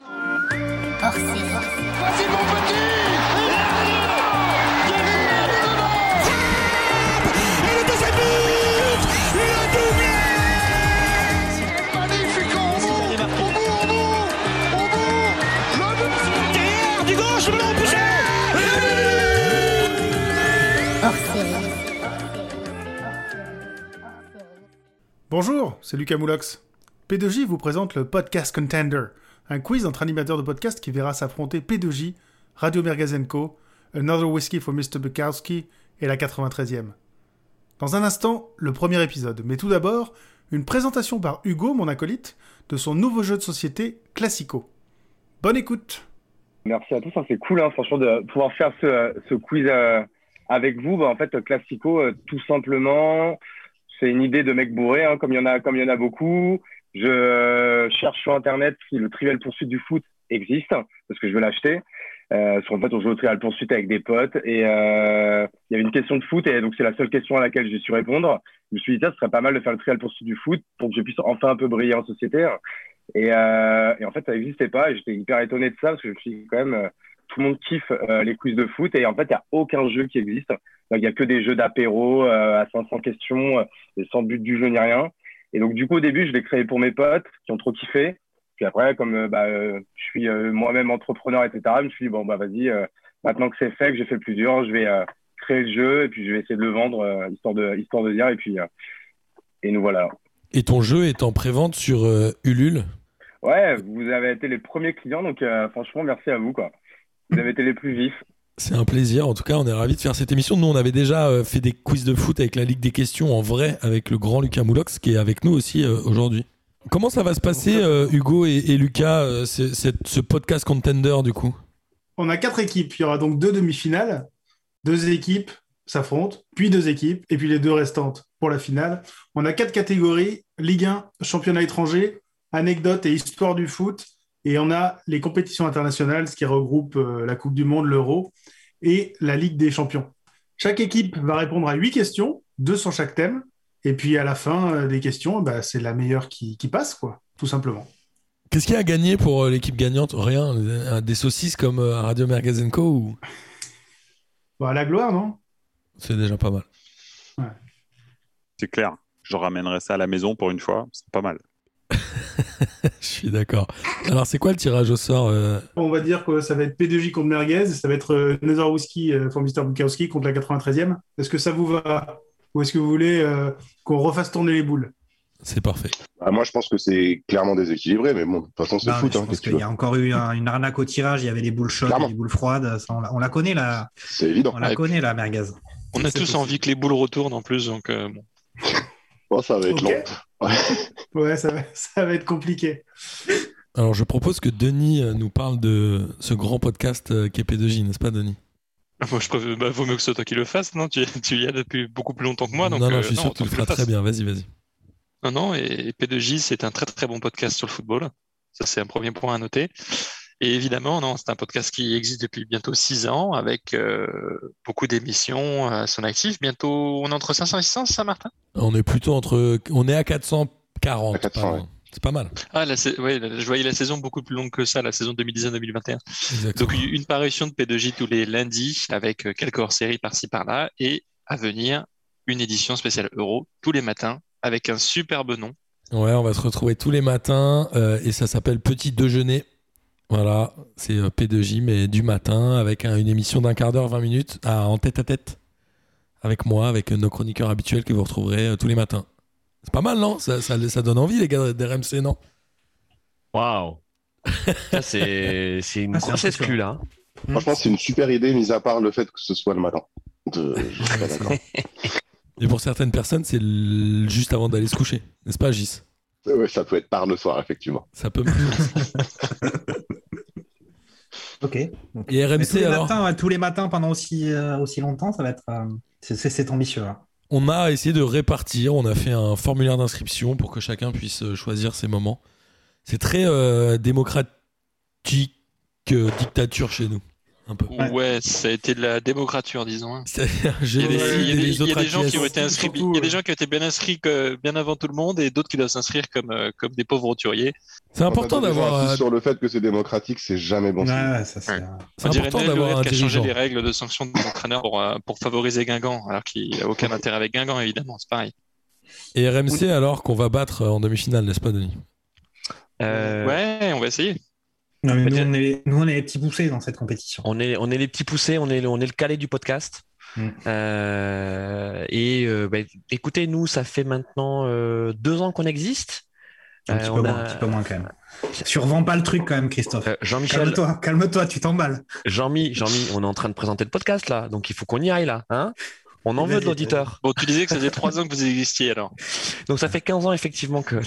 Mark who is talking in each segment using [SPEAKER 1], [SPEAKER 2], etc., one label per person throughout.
[SPEAKER 1] forcé.
[SPEAKER 2] Voici mon petit Et le deuxième but Le doublé Magnifique au bout Au bout, au bout Au bout Le but Derrière, du gauche, le ballon poussé
[SPEAKER 1] Hors série.
[SPEAKER 3] Bonjour, c'est Lucas Moulox. P2J vous présente le Podcast Contender, un quiz entre animateurs de podcast qui verra s'affronter P2J, Radio Mergazenco, Another Whiskey for Mr. Bukowski et la 93e. Dans un instant, le premier épisode, mais tout d'abord, une présentation par Hugo, mon acolyte, de son nouveau jeu de société Classico. Bonne écoute
[SPEAKER 4] Merci à tous, hein, c'est cool hein, franchement de pouvoir faire ce, euh, ce quiz euh, avec vous. Bah, en fait, Classico, euh, tout simplement, c'est une idée de mec bourré, hein, comme il y en a, comme il y en a beaucoup. Je euh, cherche sur internet si le trivial poursuite du foot existe, parce que je veux l'acheter. Euh, parce qu'en fait, on joue au trivial poursuite avec des potes et euh, il y avait une question de foot et donc c'est la seule question à laquelle j'ai su répondre. Je me suis dit ça ce serait pas mal de faire le trivial poursuite du foot pour que je puisse enfin un peu briller en société. hein. Et, euh, et en fait, ça n'existait pas. et J'étais hyper étonné de ça parce que je me suis dit, quand même, euh, tout le monde kiffe euh, les quiz de foot. Et en fait, il n'y a aucun jeu qui existe. Donc, Il n'y a que des jeux d'apéro euh, à 500 questions, euh, et sans but du jeu ni rien. Et donc, du coup, au début, je l'ai créé pour mes potes qui ont trop kiffé. Puis après, comme euh, bah, euh, je suis euh, moi-même entrepreneur, etc., je me suis dit, bon, bah vas-y, euh, maintenant que c'est fait, que j'ai fait le plus dur, je vais euh, créer le jeu et puis je vais essayer de le vendre, euh, histoire, de, histoire de dire. Et puis, euh, et nous voilà.
[SPEAKER 5] Et ton jeu est en prévente sur euh, Ulule.
[SPEAKER 4] Ouais, vous avez été les premiers clients, donc euh, franchement, merci à vous, quoi. Vous avez été les plus vifs.
[SPEAKER 5] C'est un plaisir. En tout cas, on est ravis de faire cette émission. Nous, on avait déjà euh, fait des quiz de foot avec la Ligue des questions en vrai avec le grand Lucas Moulox qui est avec nous aussi euh, aujourd'hui. Comment ça va se passer, euh, Hugo et, et Lucas, euh, c'est- c'est- ce podcast contender du coup
[SPEAKER 3] On a quatre équipes, il y aura donc deux demi-finales, deux équipes s'affrontent, puis deux équipes, et puis les deux restantes pour la finale. On a quatre catégories, Ligue 1, championnat étranger, anecdotes et histoire du foot, et on a les compétitions internationales, ce qui regroupe euh, la Coupe du Monde, l'Euro, et la Ligue des champions. Chaque équipe va répondre à huit questions, deux sur chaque thème, et puis à la fin euh, des questions, bah, c'est la meilleure qui, qui passe, quoi, tout simplement.
[SPEAKER 5] Qu'est-ce qu'il y a à gagner pour euh, l'équipe gagnante Rien, euh, des saucisses comme euh, à Radio Mergazenco ou
[SPEAKER 3] Bah, la gloire, non
[SPEAKER 5] c'est déjà pas mal.
[SPEAKER 6] C'est clair. Je ramènerai ça à la maison pour une fois. C'est pas mal.
[SPEAKER 5] Je suis d'accord. Alors, c'est quoi le tirage au sort euh
[SPEAKER 3] On va dire que ça va être P2J contre Merguez, ça va être euh, Another Whiskey euh, for Mr. Bukowski contre la 93e. Est-ce que ça vous va Ou est-ce que vous voulez euh, qu'on refasse tourner les boules
[SPEAKER 5] C'est parfait.
[SPEAKER 7] Bah, moi, je pense que c'est clairement déséquilibré, mais bon, de toute façon, c'est
[SPEAKER 8] Non, mais
[SPEAKER 7] foot.
[SPEAKER 8] je
[SPEAKER 7] hein,
[SPEAKER 8] pense
[SPEAKER 7] qu'est-ce que
[SPEAKER 8] qu'il
[SPEAKER 7] tu
[SPEAKER 8] y
[SPEAKER 7] veux.
[SPEAKER 8] a encore eu un- une arnaque au tirage. Il y avait les boules chaudes,
[SPEAKER 7] Clairement.
[SPEAKER 8] les boules froides. ça, on, la, on la connaît, la,
[SPEAKER 7] C'est évident.
[SPEAKER 8] on la
[SPEAKER 9] Ouais.
[SPEAKER 8] connaît, la merguez.
[SPEAKER 9] On a
[SPEAKER 8] C'est
[SPEAKER 9] tous
[SPEAKER 8] possible.
[SPEAKER 9] envie que les boules retournent en plus, donc euh, bon.
[SPEAKER 7] Oh, ça va être
[SPEAKER 3] Ok.
[SPEAKER 7] long.
[SPEAKER 5] Mm.
[SPEAKER 3] Ouais, ça va, ça va être compliqué.
[SPEAKER 5] Alors, je propose que Denis euh, nous parle de ce grand podcast euh, qu'est P2J, n'est-ce pas, Denis
[SPEAKER 9] moi je préfère, bah, vaut mieux que ce soit toi qui le fasse, non tu, tu y as depuis beaucoup plus longtemps que moi, donc
[SPEAKER 5] Non, non,
[SPEAKER 9] euh,
[SPEAKER 5] je suis sûr que tu
[SPEAKER 9] autant
[SPEAKER 5] le
[SPEAKER 9] que
[SPEAKER 5] feras
[SPEAKER 9] fasses.
[SPEAKER 5] très bien. Vas-y, vas-y.
[SPEAKER 9] Non, non, et P2J, c'est un très très bon podcast sur le football. Ça, c'est un premier point à noter. Et évidemment, non, c'est un podcast qui existe depuis bientôt six ans, avec euh, beaucoup d'émissions euh, à son actif. Bientôt, on est entre
[SPEAKER 8] Ah,
[SPEAKER 9] 500 et 600, c'est ça, Martin?
[SPEAKER 5] On est plutôt entre. On est à 440.
[SPEAKER 7] À 400,
[SPEAKER 5] pardon.
[SPEAKER 7] ouais.
[SPEAKER 5] C'est pas mal.
[SPEAKER 9] Ah, la, sa- ouais, la- je voyais la saison beaucoup plus longue que ça, la saison 2019-2021.
[SPEAKER 5] Exactement.
[SPEAKER 9] Donc, une parution de P2J tous les lundis, avec euh, quelques hors-séries par-ci par-là, et à venir, une édition spéciale Euro tous les matins, avec un superbe nom.
[SPEAKER 5] Ouais, on va se retrouver tous les matins euh, et ça s'appelle Petit Déjeuner. Voilà, c'est euh, P2J, mais du matin avec un- une émission d'un quart d'heure, 20 minutes à- en tête à tête avec moi, avec euh, nos chroniqueurs habituels que vous retrouverez euh, tous les matins. C'est pas mal, non ça, ça, ça donne envie, les gars d'RMC, non
[SPEAKER 10] Waouh Ça, C'est c'est une
[SPEAKER 8] Ah, c'est
[SPEAKER 10] grosse exclue, là.
[SPEAKER 7] Franchement, c'est une super idée, mis à part le fait que ce soit le matin. De- Je suis pas d'accord.
[SPEAKER 5] Et pour certaines personnes, c'est l- juste avant d'aller se coucher, n'est-ce pas, Gis
[SPEAKER 7] Ouais, ça peut être tard le soir, effectivement.
[SPEAKER 5] Ça peut.
[SPEAKER 8] Ok.
[SPEAKER 5] Et
[SPEAKER 8] Mais tous,
[SPEAKER 5] RMC,
[SPEAKER 8] les
[SPEAKER 5] alors
[SPEAKER 8] matins, ouais, tous les matins pendant aussi, euh, aussi longtemps, ça va être. euh, c'est- c'est c'est ambitieux. hein.
[SPEAKER 5] On a essayé de répartir, on a fait un formulaire d'inscription pour que chacun puisse euh, choisir ses moments. C'est très euh, démocratique euh, dictature chez nous. un peu.
[SPEAKER 9] Ouais, ça a été de la démocrature, disons. hein.
[SPEAKER 5] C'est-à-dire, je
[SPEAKER 9] Il y a des, il y a
[SPEAKER 5] décide et
[SPEAKER 9] des-
[SPEAKER 5] les
[SPEAKER 9] il y a
[SPEAKER 5] autres
[SPEAKER 9] des gens qui ont été
[SPEAKER 5] acquiescent.
[SPEAKER 9] inscrits, il y a des gens qui ont été bien inscrits que- bien avant tout le monde et d'autres qui doivent s'inscrire comme, euh, comme des pauvres roturiers.
[SPEAKER 5] C'est important
[SPEAKER 7] Quand t'as des gens
[SPEAKER 5] d'avoir,
[SPEAKER 7] assis
[SPEAKER 5] euh,
[SPEAKER 7] Sur le fait que c'est démocratique, c'est jamais bon. signe.
[SPEAKER 8] Ouais, ça c'est. euh,
[SPEAKER 5] C'est
[SPEAKER 9] On dirait
[SPEAKER 5] important
[SPEAKER 9] Nel
[SPEAKER 5] d'avoir
[SPEAKER 9] Loret
[SPEAKER 5] un
[SPEAKER 9] qui a changé
[SPEAKER 5] dirigeant.
[SPEAKER 9] les règles de sanction des entraîneurs pour, euh, pour favoriser Guingamp, alors qu'il n'a aucun intérêt avec Guingamp, évidemment, c'est pareil.
[SPEAKER 5] Et RMC alors qu'on va battre euh, en demi-finale, n'est-ce pas Denis
[SPEAKER 10] Euh,
[SPEAKER 9] Ouais, on va essayer.
[SPEAKER 8] Non, mais
[SPEAKER 10] Bah,
[SPEAKER 8] nous,
[SPEAKER 10] tiens.
[SPEAKER 8] on est, nous, on est les petits poussés dans cette compétition.
[SPEAKER 10] On est, on est les petits poussés, on est, le- on est le calé du podcast.
[SPEAKER 8] Mm.
[SPEAKER 10] Euh, et euh, bah, écoutez, nous, ça fait maintenant euh, deux ans qu'on existe.
[SPEAKER 8] Un
[SPEAKER 10] Euh,
[SPEAKER 8] petit, peu
[SPEAKER 10] on
[SPEAKER 8] moins,
[SPEAKER 10] a-
[SPEAKER 8] un petit peu moins quand même. Survends pas le truc quand même, Christophe.
[SPEAKER 10] Euh, Jean-Michel,
[SPEAKER 8] Calme-toi, calme-toi, tu t'emballes.
[SPEAKER 10] Jean-Mi, Jean-Mi, on est en train de présenter le podcast là, donc il faut qu'on y aille là. Hein on en veut de
[SPEAKER 8] Vas-y,
[SPEAKER 10] l'auditeur.
[SPEAKER 9] Bon, tu disais que ça faisait trois ans que vous existiez alors.
[SPEAKER 10] Donc ça fait 15 ans effectivement que.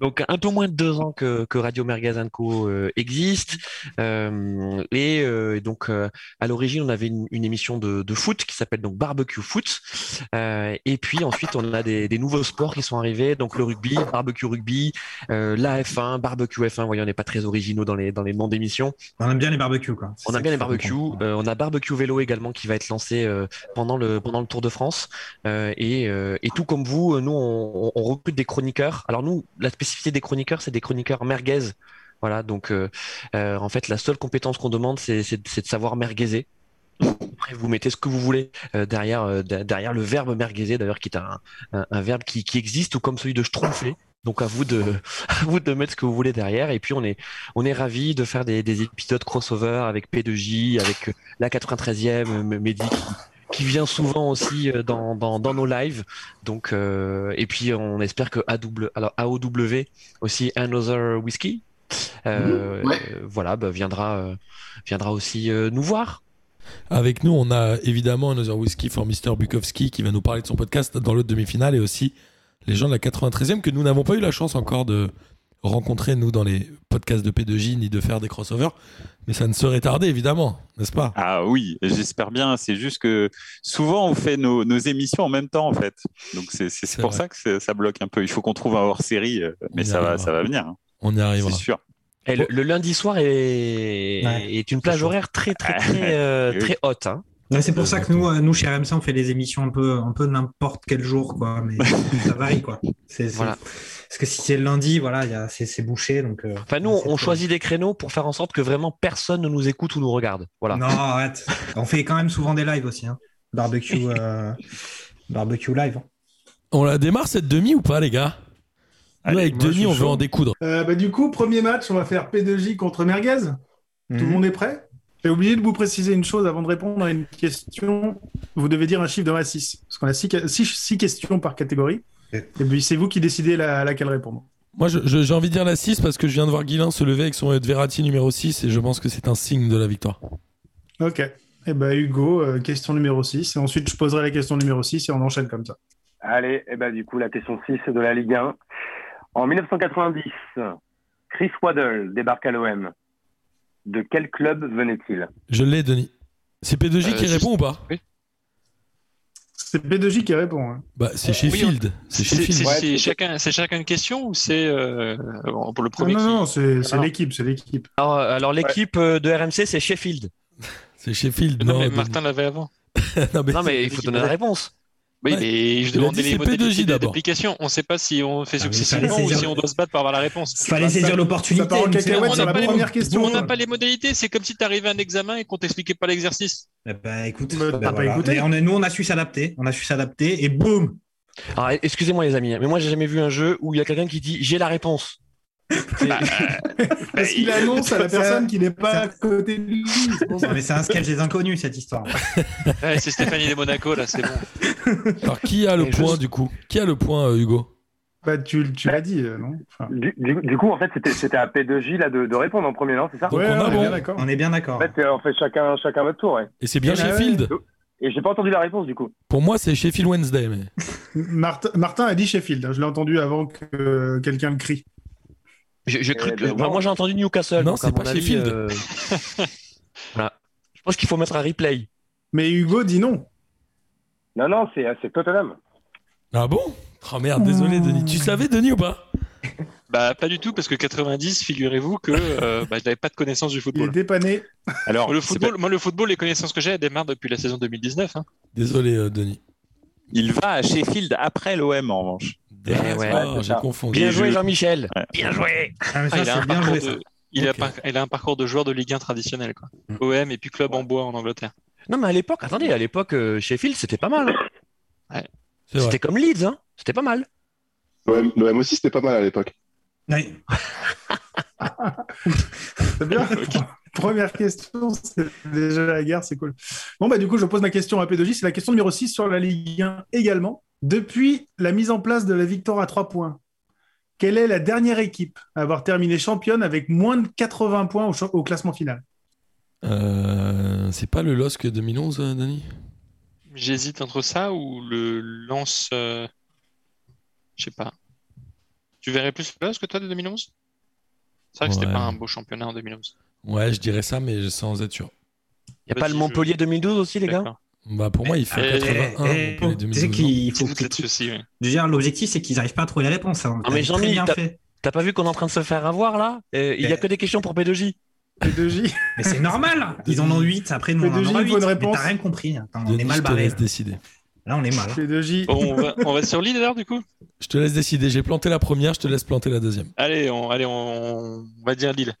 [SPEAKER 10] Donc un peu moins de deux ans que, que Radio Merguez Co euh, existe. Euh, et euh, donc euh, à l'origine on avait une, une émission de, de foot qui s'appelle donc Barbecue Foot. Euh, et puis ensuite on a des, des nouveaux sports qui sont arrivés, donc le rugby, barbecue rugby, euh, la F1, barbecue F1. Vous voyez on n'est pas très originaux dans les dans les noms d'émissions.
[SPEAKER 8] On aime bien les barbecues, quoi. C'est
[SPEAKER 10] On
[SPEAKER 8] ça
[SPEAKER 10] a bien
[SPEAKER 8] qu'il
[SPEAKER 10] les
[SPEAKER 8] faut
[SPEAKER 10] barbecues.
[SPEAKER 8] comprendre.
[SPEAKER 10] euh, on a barbecue vélo également qui va être lancé euh, pendant le pendant le Tour de France. Euh, et, euh, et tout comme vous, euh, nous on, on- on recrute des chroniqueurs. Alors nous, la spécificité des chroniqueurs, c'est des chroniqueurs merguez. Voilà, donc euh, euh, en fait, la seule compétence qu'on demande, c'est c'est- c'est de savoir merguezer. Après, vous mettez ce que vous voulez euh, derrière euh, de- derrière le verbe merguezer, d'ailleurs, qui est un, un- un verbe qui, qui existe, tout comme celui de schtroumpfler. Donc à vous de à vous de mettre ce que vous voulez derrière. Et puis on est on est ravis de faire des, des épisodes crossover avec P2J, avec euh, la 93e, euh, Mehdi, qui, qui vient souvent aussi euh, dans, dans, dans nos lives. Donc, euh, et puis, on espère que AW, alors AOW, aussi Another Whiskey, euh,
[SPEAKER 11] Mhm, ouais.
[SPEAKER 10] euh, voilà, bah, viendra, euh, viendra aussi euh, nous voir.
[SPEAKER 5] Avec nous, on a évidemment Another Whiskey for Mr. Bukowski qui va nous parler de son podcast dans l'autre demi-finale et aussi les gens de la 93e que nous n'avons pas eu la chance encore de rencontrer, nous, dans les podcasts de P2J ni de faire des crossovers. Mais ça ne serait tardé, évidemment, n'est-ce pas
[SPEAKER 6] Ah oui, j'espère bien. C'est juste que souvent on fait nos, nos émissions en même temps en fait. Donc c'est c'est- c'est
[SPEAKER 5] C'est
[SPEAKER 6] pour
[SPEAKER 5] vrai.
[SPEAKER 6] ça que c'est- ça bloque un peu. Il faut qu'on trouve un hors série,
[SPEAKER 5] On
[SPEAKER 6] mais
[SPEAKER 5] y
[SPEAKER 6] ça va,
[SPEAKER 5] arrivera.
[SPEAKER 6] ça va venir. hein.
[SPEAKER 5] On y arrivera.
[SPEAKER 6] C'est sûr.
[SPEAKER 10] Et le, le lundi soir est,
[SPEAKER 8] Ouais.
[SPEAKER 10] est une plage horaire très, très, très, euh, très haute. hein.
[SPEAKER 8] Ouais, c'est pour ça que nous, euh, nous, chez RMC, on fait des émissions un peu, un peu n'importe quel jour, quoi. Mais ça varie, quoi. C'est, c'est-
[SPEAKER 10] Voilà.
[SPEAKER 8] Parce que si c'est le lundi, voilà, il y a- c'est, c'est bouché, donc. euh,
[SPEAKER 10] Enfin, nous,
[SPEAKER 8] ouais, c'est
[SPEAKER 10] on
[SPEAKER 8] cool.
[SPEAKER 10] choisit des créneaux pour faire en sorte que vraiment personne ne nous écoute ou nous regarde. Voilà.
[SPEAKER 8] Non, arrête. On fait quand même souvent des lives aussi, hein. Barbecue, euh, barbecue live. hein.
[SPEAKER 5] On la démarre cette demi ou pas, les gars Nous,
[SPEAKER 6] Allez,
[SPEAKER 5] avec
[SPEAKER 6] moi, je
[SPEAKER 5] Denis,
[SPEAKER 6] suis
[SPEAKER 5] on veut
[SPEAKER 6] chaud.
[SPEAKER 5] en découdre.
[SPEAKER 3] Euh, bah, du coup, premier match, on va faire P2J contre Merguez.
[SPEAKER 8] Mhm.
[SPEAKER 3] Tout le monde est prêt J'ai oublié de vous préciser une chose avant de répondre à une question. Vous devez dire un chiffre de 1 à 6. Parce qu'on a 6 questions par catégorie.
[SPEAKER 8] Ouais.
[SPEAKER 3] Et puis c'est vous qui décidez la- à laquelle répondre.
[SPEAKER 5] Moi, je- je- j'ai envie de dire la 6 parce que je viens de voir Guilin se lever avec son Verratti numéro 6 et je pense que c'est un signe de la victoire.
[SPEAKER 3] Ok. Eh ben Hugo, euh, question numéro 6. Et ensuite, je poserai la question numéro 6 et on enchaîne comme ça.
[SPEAKER 4] Allez, et ben du coup, la question 6 de la Ligue 1. En 1990, Chris Waddle débarque à l'OM. De quel club venait-il
[SPEAKER 5] Je l'ai, Denis. C'est P2J
[SPEAKER 9] Euh,
[SPEAKER 5] qui
[SPEAKER 9] je-
[SPEAKER 5] répond ou pas
[SPEAKER 3] C'est P2J qui répond. hein.
[SPEAKER 5] Bah, c'est
[SPEAKER 9] Euh, Oui, on-
[SPEAKER 5] Sheffield. c'est
[SPEAKER 9] C'est c'est-
[SPEAKER 5] Sheffield.
[SPEAKER 9] c'est chacun, c'est chacun une question ou c'est euh, euh, pour le
[SPEAKER 3] Ah
[SPEAKER 9] premier
[SPEAKER 3] non,
[SPEAKER 9] qui-
[SPEAKER 3] non, c'est c'est
[SPEAKER 10] Ah.
[SPEAKER 3] l'équipe, c'est l'équipe.
[SPEAKER 10] Alors, alors l'équipe euh, de RMC, c'est Sheffield.
[SPEAKER 5] C'est Sheffield.
[SPEAKER 9] Non,
[SPEAKER 5] Non,
[SPEAKER 9] mais
[SPEAKER 5] Denis.
[SPEAKER 9] Martin l'avait avant.
[SPEAKER 5] Non, mais-
[SPEAKER 10] Non, mais il faut donner la réponse.
[SPEAKER 9] Oui,
[SPEAKER 5] Ouais.
[SPEAKER 9] mais je
[SPEAKER 5] Il a
[SPEAKER 9] demandais
[SPEAKER 5] dit
[SPEAKER 9] les
[SPEAKER 5] c'est P2J
[SPEAKER 9] modalités
[SPEAKER 5] d'abord.
[SPEAKER 9] d'application. On ne sait pas si on fait
[SPEAKER 8] Ah, mais
[SPEAKER 9] successivement
[SPEAKER 8] fallait
[SPEAKER 9] ou si
[SPEAKER 8] saisir-
[SPEAKER 9] on doit se battre pour avoir la réponse.
[SPEAKER 8] Fallait
[SPEAKER 3] Ça-
[SPEAKER 8] saisir
[SPEAKER 3] Ça
[SPEAKER 8] l'opportunité.
[SPEAKER 3] part en
[SPEAKER 8] mais c'est-
[SPEAKER 9] cacahuète
[SPEAKER 3] cacahuète
[SPEAKER 9] on
[SPEAKER 3] sur
[SPEAKER 9] n'a
[SPEAKER 3] la
[SPEAKER 9] pas les-
[SPEAKER 3] première question. euh,
[SPEAKER 9] on n'a
[SPEAKER 3] quoi.
[SPEAKER 9] pas les modalités, c'est comme si tu arrivais à un examen et qu'on t'expliquait pas l'exercice.
[SPEAKER 8] Eh ben, écoute,
[SPEAKER 3] Mais t'as
[SPEAKER 8] ben
[SPEAKER 3] pas
[SPEAKER 8] voilà.
[SPEAKER 3] écouté.
[SPEAKER 8] Mais on est- nous, on a su s'adapter. On a su s'adapter et boum.
[SPEAKER 10] Alors, excusez-moi, les amis, mais moi, j'ai jamais vu un jeu où il y a quelqu'un qui dit j'ai la réponse. C'est-
[SPEAKER 3] Parce qu'il annonce à la
[SPEAKER 8] Ça-
[SPEAKER 3] personne qui n'est pas
[SPEAKER 8] ça-
[SPEAKER 3] à côté de lui. c'est
[SPEAKER 9] bah.
[SPEAKER 3] pour ça.
[SPEAKER 8] Mais c'est un sketch des inconnus, cette histoire.
[SPEAKER 9] Ouais, c'est Stéphanie de Monaco, là, c'est bon.
[SPEAKER 5] Alors, qui a le
[SPEAKER 10] Et
[SPEAKER 5] point
[SPEAKER 10] juste-
[SPEAKER 5] du coup Qui a le point, euh, Hugo
[SPEAKER 3] Bah, tu tu l'as dit, euh, non Enfin,
[SPEAKER 4] du, du- du coup, en fait, c'était- c'était à P2J là, de, de répondre en premier, non C'est ça
[SPEAKER 5] Donc, on a
[SPEAKER 3] est
[SPEAKER 5] bon.
[SPEAKER 3] bien d'accord.
[SPEAKER 8] On est bien d'accord.
[SPEAKER 4] En
[SPEAKER 9] Bah,
[SPEAKER 4] fait, euh, on fait chacun, chacun votre tour. ouais.
[SPEAKER 5] Et c'est bien
[SPEAKER 3] Ah ouais.
[SPEAKER 5] Sheffield.
[SPEAKER 4] Et j'ai pas entendu la réponse du coup.
[SPEAKER 5] Pour moi, c'est Sheffield Wednesday. Mais...
[SPEAKER 3] Martin, Martin a dit Sheffield. hein. Je l'ai entendu avant que euh, quelqu'un le crie.
[SPEAKER 10] J'ai- j'ai cru
[SPEAKER 4] Eh
[SPEAKER 10] que-
[SPEAKER 4] ben,
[SPEAKER 10] enfin,
[SPEAKER 4] non.
[SPEAKER 10] moi, j'ai entendu Newcastle.
[SPEAKER 5] Non,
[SPEAKER 10] donc,
[SPEAKER 5] c'est
[SPEAKER 10] à mon
[SPEAKER 5] pas
[SPEAKER 10] avis,
[SPEAKER 5] Sheffield.
[SPEAKER 10] euh, voilà. Je pense qu'il faut mettre un replay.
[SPEAKER 3] Mais Hugo dit non.
[SPEAKER 4] Non, non, c'est euh, c'est Tottenham.
[SPEAKER 10] Mmh.
[SPEAKER 5] Ah bon Oh merde, désolé, Denis. Tu savais, Denis, ou pas
[SPEAKER 9] Bah, pas du tout, parce que 90, figurez-vous que euh, bah, je n'avais pas de connaissance du
[SPEAKER 3] Il est
[SPEAKER 9] football.
[SPEAKER 3] dépanné.
[SPEAKER 6] Alors,
[SPEAKER 9] le
[SPEAKER 6] c'est
[SPEAKER 9] football moi, le football, les connaissances que j'ai, elles démarrent depuis la saison 2019. hein.
[SPEAKER 5] Désolé, euh, Denis.
[SPEAKER 6] pas- il va à Sheffield après l'OM en revanche.
[SPEAKER 5] Ah,
[SPEAKER 10] Eh ouais,
[SPEAKER 5] d'accord,
[SPEAKER 4] c'est
[SPEAKER 5] j'ai
[SPEAKER 4] ça.
[SPEAKER 5] confondu.
[SPEAKER 10] Bien joué, Jean-Michel.
[SPEAKER 6] Ouais.
[SPEAKER 10] Bien joué.
[SPEAKER 8] Ah, mais
[SPEAKER 9] Ah,
[SPEAKER 8] ça,
[SPEAKER 9] il a un
[SPEAKER 8] c'est bien
[SPEAKER 9] parcours
[SPEAKER 8] joué,
[SPEAKER 9] de-
[SPEAKER 8] ça.
[SPEAKER 9] il a
[SPEAKER 5] Ok.
[SPEAKER 9] par- il a un parcours de joueur de Ligue 1 traditionnel. Quoi.
[SPEAKER 10] Mm.
[SPEAKER 9] OM et puis club en bois en Angleterre.
[SPEAKER 10] Non, mais à l'époque, attendez, à l'époque, euh, Sheffield, c'était pas mal. hein.
[SPEAKER 5] C'est vrai.
[SPEAKER 10] C'était comme Leeds, hein. C'était pas mal.
[SPEAKER 7] L'OM l'OM aussi, c'était pas mal à l'époque.
[SPEAKER 8] Ouais.
[SPEAKER 3] C'est bien. Première question, c'est déjà la guerre, c'est cool. Bon, bah, du coup, je pose ma question à P2J. C'est la question numéro 6 sur la Ligue 1 également. Depuis la mise en place de la victoire à 3 points, quelle est la dernière équipe à avoir terminé championne avec moins de 80 points au, cha- au classement final
[SPEAKER 5] Euh, c'est pas le LOSC 2011, euh, Denis
[SPEAKER 9] J'hésite entre ça ou le lance. euh, Je sais pas. Tu verrais plus le LOSC que toi de 2011 C'est vrai que c'était
[SPEAKER 5] Ouais.
[SPEAKER 9] pas un beau championnat en 2011.
[SPEAKER 5] Ouais, je dirais ça, mais sans être sûr.
[SPEAKER 10] Il n'y a
[SPEAKER 9] Vas-y,
[SPEAKER 10] pas le
[SPEAKER 9] je-
[SPEAKER 10] Montpellier 2012 aussi, les gars
[SPEAKER 9] D'accord.
[SPEAKER 5] Bah, pour moi, il fait
[SPEAKER 9] Eh,
[SPEAKER 5] 81
[SPEAKER 8] Eh,
[SPEAKER 5] pour les
[SPEAKER 8] tu sais
[SPEAKER 5] 2012.
[SPEAKER 8] qu'il
[SPEAKER 9] Petit
[SPEAKER 8] faut
[SPEAKER 9] doute
[SPEAKER 8] que
[SPEAKER 9] là-dessus aussi, oui.
[SPEAKER 8] Je veux dire, l'objectif, c'est qu'ils n'arrivent pas à trouver les réponses. hein.
[SPEAKER 10] Ah, mais
[SPEAKER 8] T'as
[SPEAKER 10] Jean-Mi,
[SPEAKER 8] très bien
[SPEAKER 10] t'as-
[SPEAKER 8] fait.
[SPEAKER 10] T'as pas vu qu'on est en train de se faire avoir là Euh, Il y a
[SPEAKER 5] Eh.
[SPEAKER 8] Mais-
[SPEAKER 10] que des questions pour P2J.
[SPEAKER 3] P2J
[SPEAKER 8] Mais c'est normal. Ils en ont 8, après nous,
[SPEAKER 3] Mais
[SPEAKER 8] on en
[SPEAKER 3] Denis,
[SPEAKER 8] aura
[SPEAKER 3] il faut
[SPEAKER 8] 8.
[SPEAKER 3] une
[SPEAKER 8] Mais
[SPEAKER 3] réponse.
[SPEAKER 8] t'as rien compris. hein. Attends, on
[SPEAKER 5] Denis,
[SPEAKER 8] est mal
[SPEAKER 5] je te
[SPEAKER 8] barré.
[SPEAKER 5] laisse
[SPEAKER 8] Là.
[SPEAKER 5] décider.
[SPEAKER 8] Là, on est mal. hein.
[SPEAKER 3] P2J.
[SPEAKER 9] Bon, on, va, on reste sur Lille alors du coup
[SPEAKER 5] Je te laisse décider. J'ai planté la première, je te laisse planter la deuxième.
[SPEAKER 9] Allez, on, allez, on, on va dire Lille.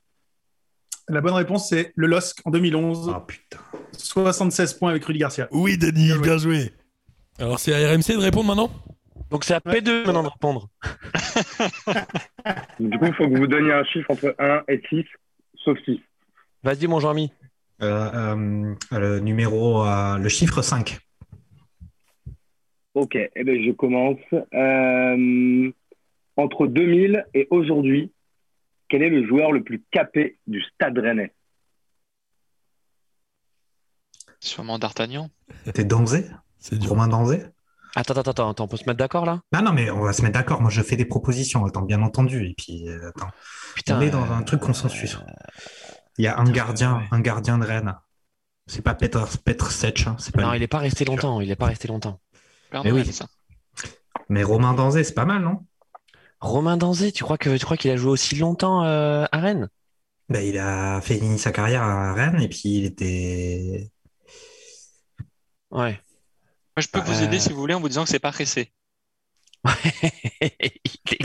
[SPEAKER 3] La bonne réponse, c'est le LOSC en 2011.
[SPEAKER 8] Oh putain.
[SPEAKER 3] 76 points avec Rudy Garcia.
[SPEAKER 5] Oui, Denis, bien joué. Alors, c'est à RMC de répondre maintenant
[SPEAKER 10] Donc c'est à P2 maintenant de répondre.
[SPEAKER 4] Du coup, il faut que vous donniez un chiffre entre 1 et 6, sauf 6.
[SPEAKER 10] Vas-y, mon Jean-Mi.
[SPEAKER 8] Euh, euh, le numéro, euh, le chiffre 5.
[SPEAKER 4] Ok, eh ben je commence. Euh, entre 2000 et aujourd'hui, quel est le joueur le plus capé du Stade Rennais
[SPEAKER 9] Sûrement D'Artagnan.
[SPEAKER 8] C'était Danzé
[SPEAKER 5] C'est dur.
[SPEAKER 8] Romain Danzé
[SPEAKER 10] Attends, attends, attends, attends, on peut se mettre d'accord là
[SPEAKER 8] Non, non, mais on va se mettre d'accord. Moi, je fais des propositions, attends, bien entendu. Et puis, euh, attends,
[SPEAKER 10] Putain.
[SPEAKER 8] on est
[SPEAKER 10] euh,
[SPEAKER 8] dans un truc consensus. Il y a un gardien, un gardien de Rennes. C'est pas Peter, Petr Sech, hein, c'est pas
[SPEAKER 10] Non,
[SPEAKER 8] lui.
[SPEAKER 10] il est pas resté longtemps, il est pas resté longtemps.
[SPEAKER 9] Père
[SPEAKER 8] Mais
[SPEAKER 9] Noël,
[SPEAKER 8] oui.
[SPEAKER 9] ça.
[SPEAKER 8] Mais Romain Danzé, c'est pas mal, non
[SPEAKER 10] Romain Danzé, tu crois que tu crois qu'il a joué aussi longtemps euh, à Rennes
[SPEAKER 8] Bah, il a fait fini sa carrière à Rennes et puis il était.
[SPEAKER 10] Ouais.
[SPEAKER 9] Moi, je peux vous
[SPEAKER 8] Euh,
[SPEAKER 9] aider si vous voulez en vous disant que c'est pas Ressé.
[SPEAKER 8] Non,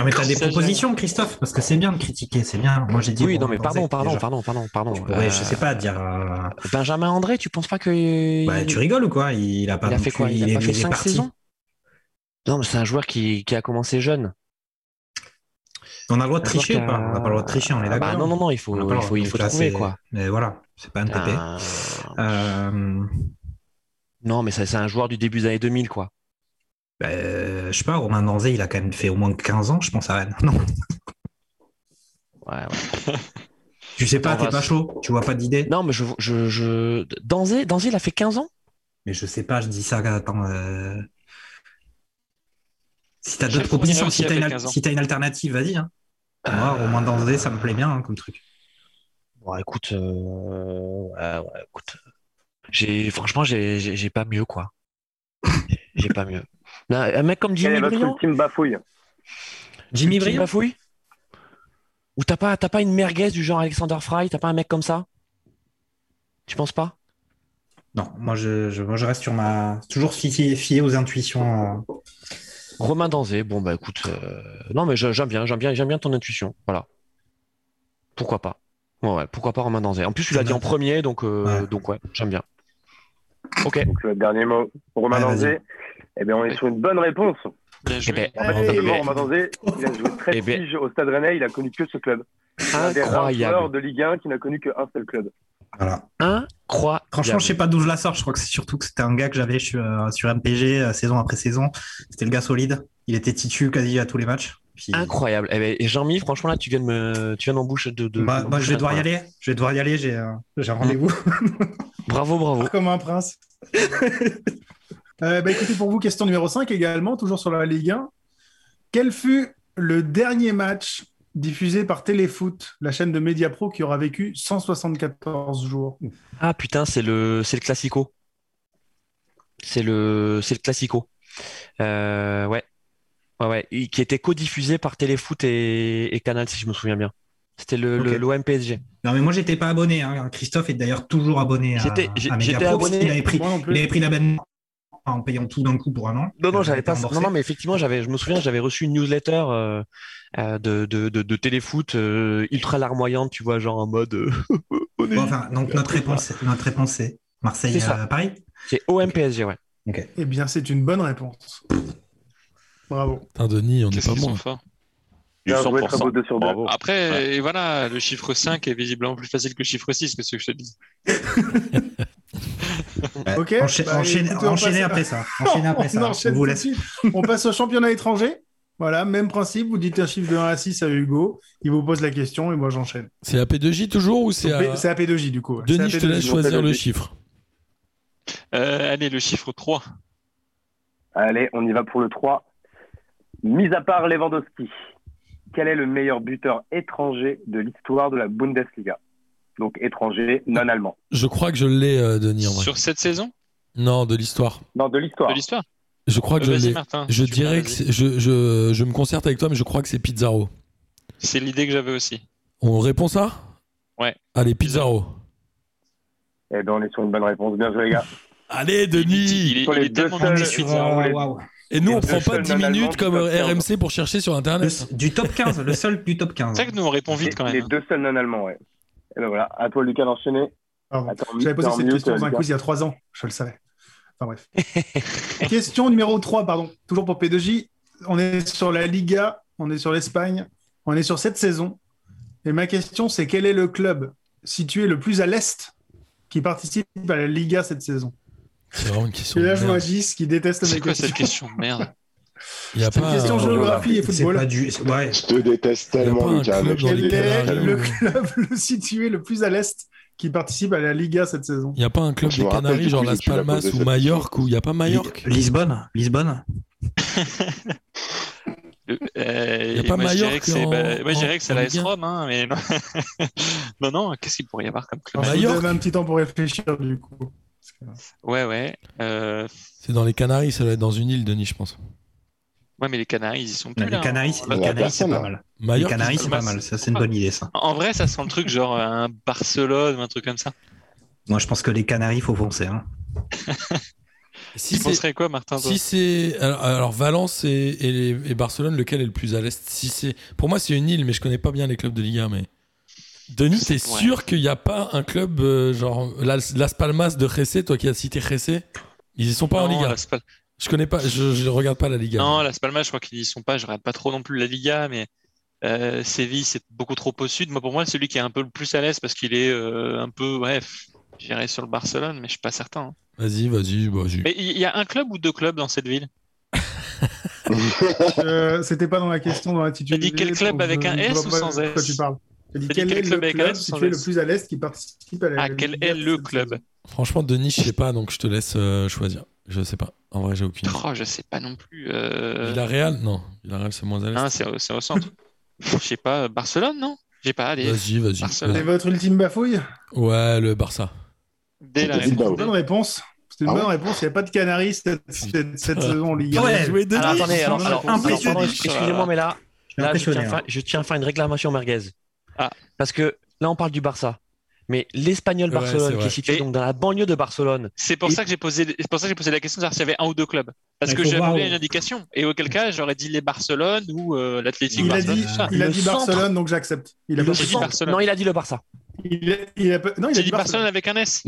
[SPEAKER 8] mais t'as des
[SPEAKER 9] Ça, j'aime.
[SPEAKER 8] propositions, Christophe, parce que c'est bien de critiquer, c'est bien. Moi, j'ai dit.
[SPEAKER 10] oui, non
[SPEAKER 8] Romain
[SPEAKER 10] mais pardon,
[SPEAKER 8] Danzé,
[SPEAKER 10] pardon,
[SPEAKER 8] déjà.
[SPEAKER 10] pardon, pardon, pardon,
[SPEAKER 8] Tu pourrais, je
[SPEAKER 10] Euh,
[SPEAKER 8] sais pas, dire. euh,
[SPEAKER 10] Benjamin André, tu penses pas que
[SPEAKER 8] Bah, tu rigoles ou quoi Il a pas
[SPEAKER 10] il a
[SPEAKER 8] non
[SPEAKER 10] fait
[SPEAKER 8] plus-
[SPEAKER 10] quoi Il a
[SPEAKER 8] est-
[SPEAKER 10] pas fait
[SPEAKER 8] est
[SPEAKER 10] cinq
[SPEAKER 8] parti.
[SPEAKER 10] saisons Non, mais c'est un joueur qui, qui a commencé jeune.
[SPEAKER 8] On a le droit de
[SPEAKER 10] Un joueur
[SPEAKER 8] tricher
[SPEAKER 10] qui
[SPEAKER 8] ou
[SPEAKER 10] a-
[SPEAKER 8] pas On n'a pas le droit de tricher, on est
[SPEAKER 10] Ah
[SPEAKER 8] d'accord
[SPEAKER 10] bah, non, non, non, il faut,
[SPEAKER 8] On n'a pas le
[SPEAKER 10] il
[SPEAKER 8] droit,
[SPEAKER 10] faut, il
[SPEAKER 8] donc
[SPEAKER 10] faut
[SPEAKER 8] là,
[SPEAKER 10] trouver
[SPEAKER 8] c'est-
[SPEAKER 10] quoi. Ah.
[SPEAKER 8] Mais voilà, c'est pas un TP.
[SPEAKER 10] Un-
[SPEAKER 8] Euh,
[SPEAKER 10] Non, mais ça, c'est un joueur du début des années 2000 quoi.
[SPEAKER 8] bah, je sais pas, Romain Danzé, il a quand même fait au moins 15 ans, je pense, à Rennes. Non,
[SPEAKER 10] Ouais, ouais.
[SPEAKER 8] tu sais pas,
[SPEAKER 10] Attends,
[SPEAKER 8] t'es
[SPEAKER 10] on va
[SPEAKER 8] pas
[SPEAKER 10] se-
[SPEAKER 8] chaud, tu vois pas d'idée.
[SPEAKER 10] Non, mais je. je, je... Danzé, Danzé, il a fait 15 ans
[SPEAKER 8] Mais je sais pas, je dis ça, attends. euh, Si t'as
[SPEAKER 9] J'ai
[SPEAKER 8] d'autres
[SPEAKER 9] fourni
[SPEAKER 8] propositions,
[SPEAKER 9] aussi
[SPEAKER 8] si t'as
[SPEAKER 9] avec
[SPEAKER 8] une,
[SPEAKER 9] 15 ans.
[SPEAKER 8] al- si t'as une alternative, vas-y. Hein. Moi,
[SPEAKER 10] Euh,
[SPEAKER 8] Romain Danzé, ça me plaît bien hein, comme truc.
[SPEAKER 10] Bon, écoute. euh, ouais, ouais, écoute. J'ai... Franchement, j'ai, j'ai, j'ai pas mieux, quoi. J'ai pas mieux. Non, un mec comme
[SPEAKER 4] Quel
[SPEAKER 10] Jimmy
[SPEAKER 4] est votre
[SPEAKER 10] Briand
[SPEAKER 4] ultime bafouille
[SPEAKER 8] Jimmy
[SPEAKER 10] Jimmy Bafouille Ou t'as pas, t'as pas une merguez du genre Alexander Fry T'as pas un mec comme ça Tu penses pas
[SPEAKER 8] Non, moi je, je- moi, je reste sur ma. Toujours fié, fié aux intuitions. euh.
[SPEAKER 10] Romain Danzé, bon bah écoute, euh, non mais je- j'aime bien, j'aime bien, j'aime bien ton intuition, voilà. Pourquoi pas Ouais, ouais, pourquoi pas Romain Danzé. En plus, tu l'as dit en premier, donc euh,
[SPEAKER 8] Ouais.
[SPEAKER 10] donc ouais, j'aime bien. Ok.
[SPEAKER 4] Donc, le dernier mot, Romain
[SPEAKER 8] Ouais, vas-y.
[SPEAKER 4] Danzé. Eh bien, on est sur une bonne réponse.
[SPEAKER 9] Bien
[SPEAKER 10] Eh
[SPEAKER 9] joué.
[SPEAKER 10] ben,
[SPEAKER 4] En fait,
[SPEAKER 3] Eh
[SPEAKER 4] effectivement,
[SPEAKER 10] ben.
[SPEAKER 4] Romain Danzé, il a joué 13
[SPEAKER 10] Eh ben.
[SPEAKER 4] piges au Stade Rennais, il a connu que ce club. Un des rares joueurs
[SPEAKER 10] incroyable,
[SPEAKER 4] de Ligue 1 qui n'a connu qu'un seul club.
[SPEAKER 8] Voilà.
[SPEAKER 10] incroyable.
[SPEAKER 8] Franchement, je sais pas d'où je la sors. Je crois que c'est surtout que c'était un gars que j'avais sur, euh, sur MPG euh, saison après saison. C'était le gars solide. Il était titu quasi à tous les matcs. Puis- euh,
[SPEAKER 10] incroyable. Eh ben, et Jean-Mi, franchement là, tu viens de me, tu viens d'emboucher de. de
[SPEAKER 8] Bah, bah,
[SPEAKER 10] d'emboucher
[SPEAKER 8] je vais
[SPEAKER 10] la
[SPEAKER 8] devoir y
[SPEAKER 10] parole.
[SPEAKER 8] aller. Je vais devoir y aller. J'ai euh, j'ai un rendez-vous.
[SPEAKER 10] Mm. Bravo, bravo.
[SPEAKER 3] Comme un prince. Euh, bah, écoutez, pour vous, question numéro 5 également, toujours sur la Ligue 1. Quel fut le dernier match diffusé par Téléfoot, la chaîne de Media Pro qui aura vécu 174 jours
[SPEAKER 10] Ah putain, c'est le, c'est le classico. C'est le, c'est le classico. Euh, ouais. Ouais, ouais, et qui était codiffusé par Téléfoot et, et Canal, si je me souviens bien. C'était le,
[SPEAKER 8] Ok.
[SPEAKER 10] le- l'OM PSG.
[SPEAKER 8] Non, mais moi, j'étais pas abonné. hein. Christophe est d'ailleurs toujours abonné à,
[SPEAKER 10] J'étais- j'ai-
[SPEAKER 8] à
[SPEAKER 10] j'étais
[SPEAKER 8] Mediapro, parce
[SPEAKER 10] abonné.
[SPEAKER 8] qu'il avait pris-
[SPEAKER 10] Moi non plus.
[SPEAKER 8] Il avait pris l'abonnement en payant tout d'un coup pour un an. Euh,
[SPEAKER 10] Non, non, j'avais pas.
[SPEAKER 8] remboursé.
[SPEAKER 10] Non, non, mais effectivement, j'avais. Je me souviens, j'avais reçu une newsletter euh, euh, de, de, de, de Téléfoot euh, ultra larmoyante, tu vois, genre en mode. euh, on est-
[SPEAKER 8] Bon, enfin, donc, notre réponse, notre réponse est Marseille
[SPEAKER 10] C'est ça.
[SPEAKER 8] à Paris.
[SPEAKER 10] C'est OM PSG, ouais.
[SPEAKER 3] Eh bien, c'est une bonne réponse. Bravo.
[SPEAKER 5] Putain, Denis, on est
[SPEAKER 9] Qu'est-ce
[SPEAKER 5] pas
[SPEAKER 9] qu'ils sont
[SPEAKER 5] bon.
[SPEAKER 9] forts
[SPEAKER 6] Du
[SPEAKER 5] Ah,
[SPEAKER 4] Bien joué,
[SPEAKER 6] 100%.
[SPEAKER 4] Trabo, deux sur deux.
[SPEAKER 6] Bravo.
[SPEAKER 9] Après, et voilà, le chiffre 5 est visiblement plus facile que le chiffre 6, que ce que je te dis.
[SPEAKER 3] Ok.
[SPEAKER 8] Encha-
[SPEAKER 3] bah,
[SPEAKER 8] enchaînez-
[SPEAKER 3] écoutez, on
[SPEAKER 8] enchaînez
[SPEAKER 3] passe-
[SPEAKER 8] après ça. Enchaînez après ça.
[SPEAKER 3] on, enchaîne
[SPEAKER 8] On vous
[SPEAKER 3] tout de
[SPEAKER 8] laisse.
[SPEAKER 3] suite. On passe au championnat étranger. Voilà, même principe. Vous dites un chiffre de 1 à 6 à Hugo. Il vous pose la question et moi j'enchaîne.
[SPEAKER 5] C'est la P2J toujours ou c'est
[SPEAKER 3] C'est
[SPEAKER 5] à...
[SPEAKER 3] AP2J du coup. ouais.
[SPEAKER 5] Denis,
[SPEAKER 3] C'est
[SPEAKER 5] je te laisse
[SPEAKER 3] AP2J.
[SPEAKER 5] choisir le
[SPEAKER 4] P2J.
[SPEAKER 5] chiffre.
[SPEAKER 9] Euh, allez, le chiffre 3.
[SPEAKER 4] Allez, on y va pour le 3. Mis à part Lewandowski, quel est le meilleur buteur étranger de l'histoire de la Bundesliga Donc étranger, non allemand.
[SPEAKER 5] Je crois que je l'ai, euh, Denis, en vrai.
[SPEAKER 9] Sur cette saison
[SPEAKER 5] Non, de l'histoire.
[SPEAKER 4] Non, de
[SPEAKER 9] de
[SPEAKER 4] l'histoire.
[SPEAKER 9] l'histoire Euh,
[SPEAKER 5] Je crois que je
[SPEAKER 9] Vas-y,
[SPEAKER 5] l'ai.
[SPEAKER 9] Martin.
[SPEAKER 5] Je
[SPEAKER 9] tu
[SPEAKER 5] dirais
[SPEAKER 9] vas,
[SPEAKER 5] que
[SPEAKER 9] vas-y.
[SPEAKER 5] c'est- je, je, je me concerte avec toi, mais je crois que c'est Pizarro.
[SPEAKER 9] c'est l'idée que j'avais aussi.
[SPEAKER 5] On répond ça
[SPEAKER 9] Ouais.
[SPEAKER 5] Allez, Pizarro.
[SPEAKER 4] Eh bien, on est sur une bonne réponse. Bien joué, les gars.
[SPEAKER 5] Allez,
[SPEAKER 9] Il est-
[SPEAKER 5] Denis
[SPEAKER 9] il est,
[SPEAKER 4] Sur
[SPEAKER 9] il
[SPEAKER 4] les
[SPEAKER 9] est
[SPEAKER 4] deux
[SPEAKER 9] tellement
[SPEAKER 4] seuls-
[SPEAKER 9] dans le
[SPEAKER 4] sur-
[SPEAKER 9] suite.
[SPEAKER 8] Waouh,
[SPEAKER 4] Désolé.
[SPEAKER 8] waouh.
[SPEAKER 5] Et nous, on
[SPEAKER 4] Le
[SPEAKER 5] prend pas
[SPEAKER 4] seul
[SPEAKER 5] 10
[SPEAKER 4] non-allemand
[SPEAKER 5] minutes
[SPEAKER 4] qui
[SPEAKER 5] comme
[SPEAKER 4] peut
[SPEAKER 5] euh,
[SPEAKER 4] perdre.
[SPEAKER 5] RMC pour chercher sur Internet.
[SPEAKER 8] Le- du top 15, le seul du top 15.
[SPEAKER 9] C'est vrai que nous, on répond vite quand
[SPEAKER 4] Les
[SPEAKER 9] même. hein.
[SPEAKER 4] deux seuls non allemands, ouais. Et ben voilà, à toi, Lucas, d'enchaîner.
[SPEAKER 3] Pardon.
[SPEAKER 4] Attends,
[SPEAKER 3] J'avais posé
[SPEAKER 4] Mister
[SPEAKER 3] cette
[SPEAKER 4] Mute,
[SPEAKER 3] question dans un
[SPEAKER 4] Lucas.
[SPEAKER 3] quiz il y a 3 ans. Je le savais. Enfin bref. question numéro 3, pardon. Toujours pour P2J. On est sur la Liga. On est sur l'Espagne. On est sur cette saison. Et ma question, c'est quel est le club situé le plus à l'Est qui participe à la Liga cette saison
[SPEAKER 5] C'est vraiment une question.
[SPEAKER 3] Et là,
[SPEAKER 5] de
[SPEAKER 3] je vois
[SPEAKER 5] merde.
[SPEAKER 3] Gis qui déteste
[SPEAKER 9] C'est
[SPEAKER 3] mes
[SPEAKER 9] quoi cette
[SPEAKER 3] questions.
[SPEAKER 9] question Merde.
[SPEAKER 5] Il y a
[SPEAKER 3] C'est une
[SPEAKER 5] pas.
[SPEAKER 3] question
[SPEAKER 5] euh,
[SPEAKER 3] géographie et
[SPEAKER 8] C'est pas
[SPEAKER 3] football.
[SPEAKER 8] du. c'est- Ouais.
[SPEAKER 7] Je te déteste
[SPEAKER 5] Il y a
[SPEAKER 7] tellement,
[SPEAKER 5] pas un
[SPEAKER 7] Lucas.
[SPEAKER 5] club
[SPEAKER 7] mec, je
[SPEAKER 5] dans
[SPEAKER 7] te
[SPEAKER 5] les
[SPEAKER 3] Quel est
[SPEAKER 7] déteste
[SPEAKER 5] Canaries,
[SPEAKER 7] tellement.
[SPEAKER 3] le
[SPEAKER 5] euh,
[SPEAKER 3] club le situé le plus à l'Est qui participe à la Liga cette saison
[SPEAKER 5] Il n'y a pas un club
[SPEAKER 7] Je
[SPEAKER 5] des
[SPEAKER 7] me rappelle
[SPEAKER 5] Canaries,
[SPEAKER 7] du
[SPEAKER 5] genre
[SPEAKER 7] quiz où
[SPEAKER 5] Las
[SPEAKER 7] tu l'as
[SPEAKER 5] Palmas
[SPEAKER 7] posé,
[SPEAKER 5] ou
[SPEAKER 7] cette
[SPEAKER 5] Majorque, où il n'y a pas
[SPEAKER 8] Li-
[SPEAKER 5] Majorque
[SPEAKER 8] Lisbonne, Lisbonne.
[SPEAKER 9] Le- euh,
[SPEAKER 5] Y a
[SPEAKER 9] et
[SPEAKER 5] pas
[SPEAKER 9] moi, je dirais
[SPEAKER 5] Mallorca
[SPEAKER 9] que c'est
[SPEAKER 5] en-
[SPEAKER 9] bah, moi, je
[SPEAKER 5] en-
[SPEAKER 9] dirais que c'est
[SPEAKER 5] en
[SPEAKER 9] la
[SPEAKER 5] Ligue un.
[SPEAKER 9] S-Rome, hein, mais non. non, non, qu'est-ce qu'il pourrait y avoir comme club
[SPEAKER 3] Alors, Je vous
[SPEAKER 5] Majorque.
[SPEAKER 3] donne un petit temps pour réfléchir du coup. Parce que-
[SPEAKER 9] Ouais, ouais. euh,
[SPEAKER 5] C'est dans les Canaries, ça doit être dans une île, Denis, je pense.
[SPEAKER 9] Ouais, mais les Canaries, ils sont plus
[SPEAKER 8] Les
[SPEAKER 9] là.
[SPEAKER 8] Canaries, c'est-
[SPEAKER 9] hein.
[SPEAKER 8] les
[SPEAKER 7] la
[SPEAKER 8] Canaries, c'est
[SPEAKER 7] personne,
[SPEAKER 8] pas
[SPEAKER 7] là.
[SPEAKER 8] mal. Les
[SPEAKER 5] Majorque,
[SPEAKER 8] Canaries, c'est pas
[SPEAKER 9] Palmas.
[SPEAKER 8] mal. Ça, c'est une bonne idée, ça.
[SPEAKER 9] En vrai, ça sent le truc genre euh, un Barcelone, ou un truc comme ça.
[SPEAKER 8] Moi, je pense que les Canaries, faut foncer. hein.
[SPEAKER 9] Tu
[SPEAKER 5] si c'est
[SPEAKER 9] penserais quoi, Martin toi
[SPEAKER 5] Si c'est alors, alors Valence et, et les- et Barcelone, lequel est le plus à l'est Si c'est pour moi c'est une île, mais je connais pas bien les clubs de Liga. Mais Denis, t'es
[SPEAKER 9] Ouais.
[SPEAKER 5] sûr qu'il n'y a pas un club euh, genre Las, Las Palmas de Jesse, toi qui as cité Jesse Ils y sont pas en
[SPEAKER 9] Non,
[SPEAKER 5] Liga.
[SPEAKER 9] Las Pal-
[SPEAKER 5] Je connais pas, je, je regarde pas la Liga.
[SPEAKER 9] Non, Las Palmas, je crois qu'ils y sont pas. Je regarde pas trop non plus la Liga, mais euh, Séville, c'est beaucoup trop au sud. Moi, pour moi, celui qui est un peu le plus à l'aise parce qu'il est euh, un peu, bref, j'irais sur le Barcelone, mais je suis pas certain. hein.
[SPEAKER 5] Vas-y, vas-y, vas-y.
[SPEAKER 9] Mais il y a un club ou deux clubs dans cette ville
[SPEAKER 3] Euh, C'était pas dans la question, dans l'attitude.
[SPEAKER 9] T'as dit quel club avec un S ou sans S
[SPEAKER 3] tu parles. T'as dit
[SPEAKER 9] T'as dit
[SPEAKER 3] quel est le
[SPEAKER 9] avec un
[SPEAKER 3] club
[SPEAKER 9] S ou sans
[SPEAKER 3] situé le
[SPEAKER 9] S
[SPEAKER 3] plus à l'Est qui participe à la
[SPEAKER 9] Ah, quel
[SPEAKER 3] Liga
[SPEAKER 9] est le
[SPEAKER 3] cette
[SPEAKER 9] club
[SPEAKER 3] saison
[SPEAKER 5] Franchement, Denis, je sais pas, donc je te laisse euh, choisir. Je sais pas. En vrai, j'ai aucune. idée.
[SPEAKER 9] Oh, je sais pas non plus. euh,
[SPEAKER 5] Villarreal, non. Villarreal, c'est moins à l'est.
[SPEAKER 9] hein, c'est au c'est au centre. Je sais pas, euh, Barcelone, non J'ai pas, allez.
[SPEAKER 8] Bah,
[SPEAKER 5] Vas-y, vas-y.
[SPEAKER 9] Barcelone.
[SPEAKER 3] C'est votre ultime bafouille
[SPEAKER 5] vas-y. Ouais, le Barça.
[SPEAKER 9] Dès la
[SPEAKER 7] C'était
[SPEAKER 9] réponse.
[SPEAKER 7] Bilbao.
[SPEAKER 3] Bonne réponse. C'était une
[SPEAKER 7] Ah ouais
[SPEAKER 3] bonne réponse. Il n'y a pas de Canaries cette, cette- cette saison en Liga.
[SPEAKER 8] Ouais.
[SPEAKER 5] Jouer Denis.
[SPEAKER 10] Alors Ah, attendez, alors,
[SPEAKER 3] non,
[SPEAKER 10] alors,
[SPEAKER 3] non,
[SPEAKER 10] alors,
[SPEAKER 3] non,
[SPEAKER 10] pardon,
[SPEAKER 9] non,
[SPEAKER 10] excusez-moi, mais là,
[SPEAKER 8] suis
[SPEAKER 10] là, je,
[SPEAKER 8] impressionné,
[SPEAKER 10] tiens à
[SPEAKER 8] hein.
[SPEAKER 10] faire- je tiens à faire une réclamation merguez.
[SPEAKER 9] Ah.
[SPEAKER 10] Parce que là, on parle du Barça. Mais l'Espagnol
[SPEAKER 5] Ouais, c'est
[SPEAKER 10] Barcelone, qui
[SPEAKER 5] vrai.
[SPEAKER 10] est situé
[SPEAKER 9] Et-
[SPEAKER 10] donc dans la banlieue de Barcelone,
[SPEAKER 9] C'est pour,
[SPEAKER 10] Et-
[SPEAKER 9] ça que j'ai posé, c'est pour ça que j'ai posé la question de savoir s'il y avait un ou deux clubs. Parce
[SPEAKER 8] Il
[SPEAKER 9] que
[SPEAKER 8] faut
[SPEAKER 9] j'avais
[SPEAKER 8] voir où.
[SPEAKER 9] une indication. Et auquel cas, j'aurais dit les Barcelone ou euh, l'Athletic
[SPEAKER 3] Il a
[SPEAKER 9] Barcelone.
[SPEAKER 3] dit,
[SPEAKER 9] tout ça.
[SPEAKER 3] il a
[SPEAKER 10] Le
[SPEAKER 3] dit
[SPEAKER 10] centre.
[SPEAKER 3] Barcelone, donc j'accepte. Il a
[SPEAKER 10] le
[SPEAKER 3] pas
[SPEAKER 9] j'ai dit
[SPEAKER 10] centre-
[SPEAKER 9] Barcelone.
[SPEAKER 10] Non, il a dit le Barça.
[SPEAKER 3] Il a- il a pas- Non, il
[SPEAKER 9] J'ai
[SPEAKER 3] a dit
[SPEAKER 9] dit Barcelone avec un S.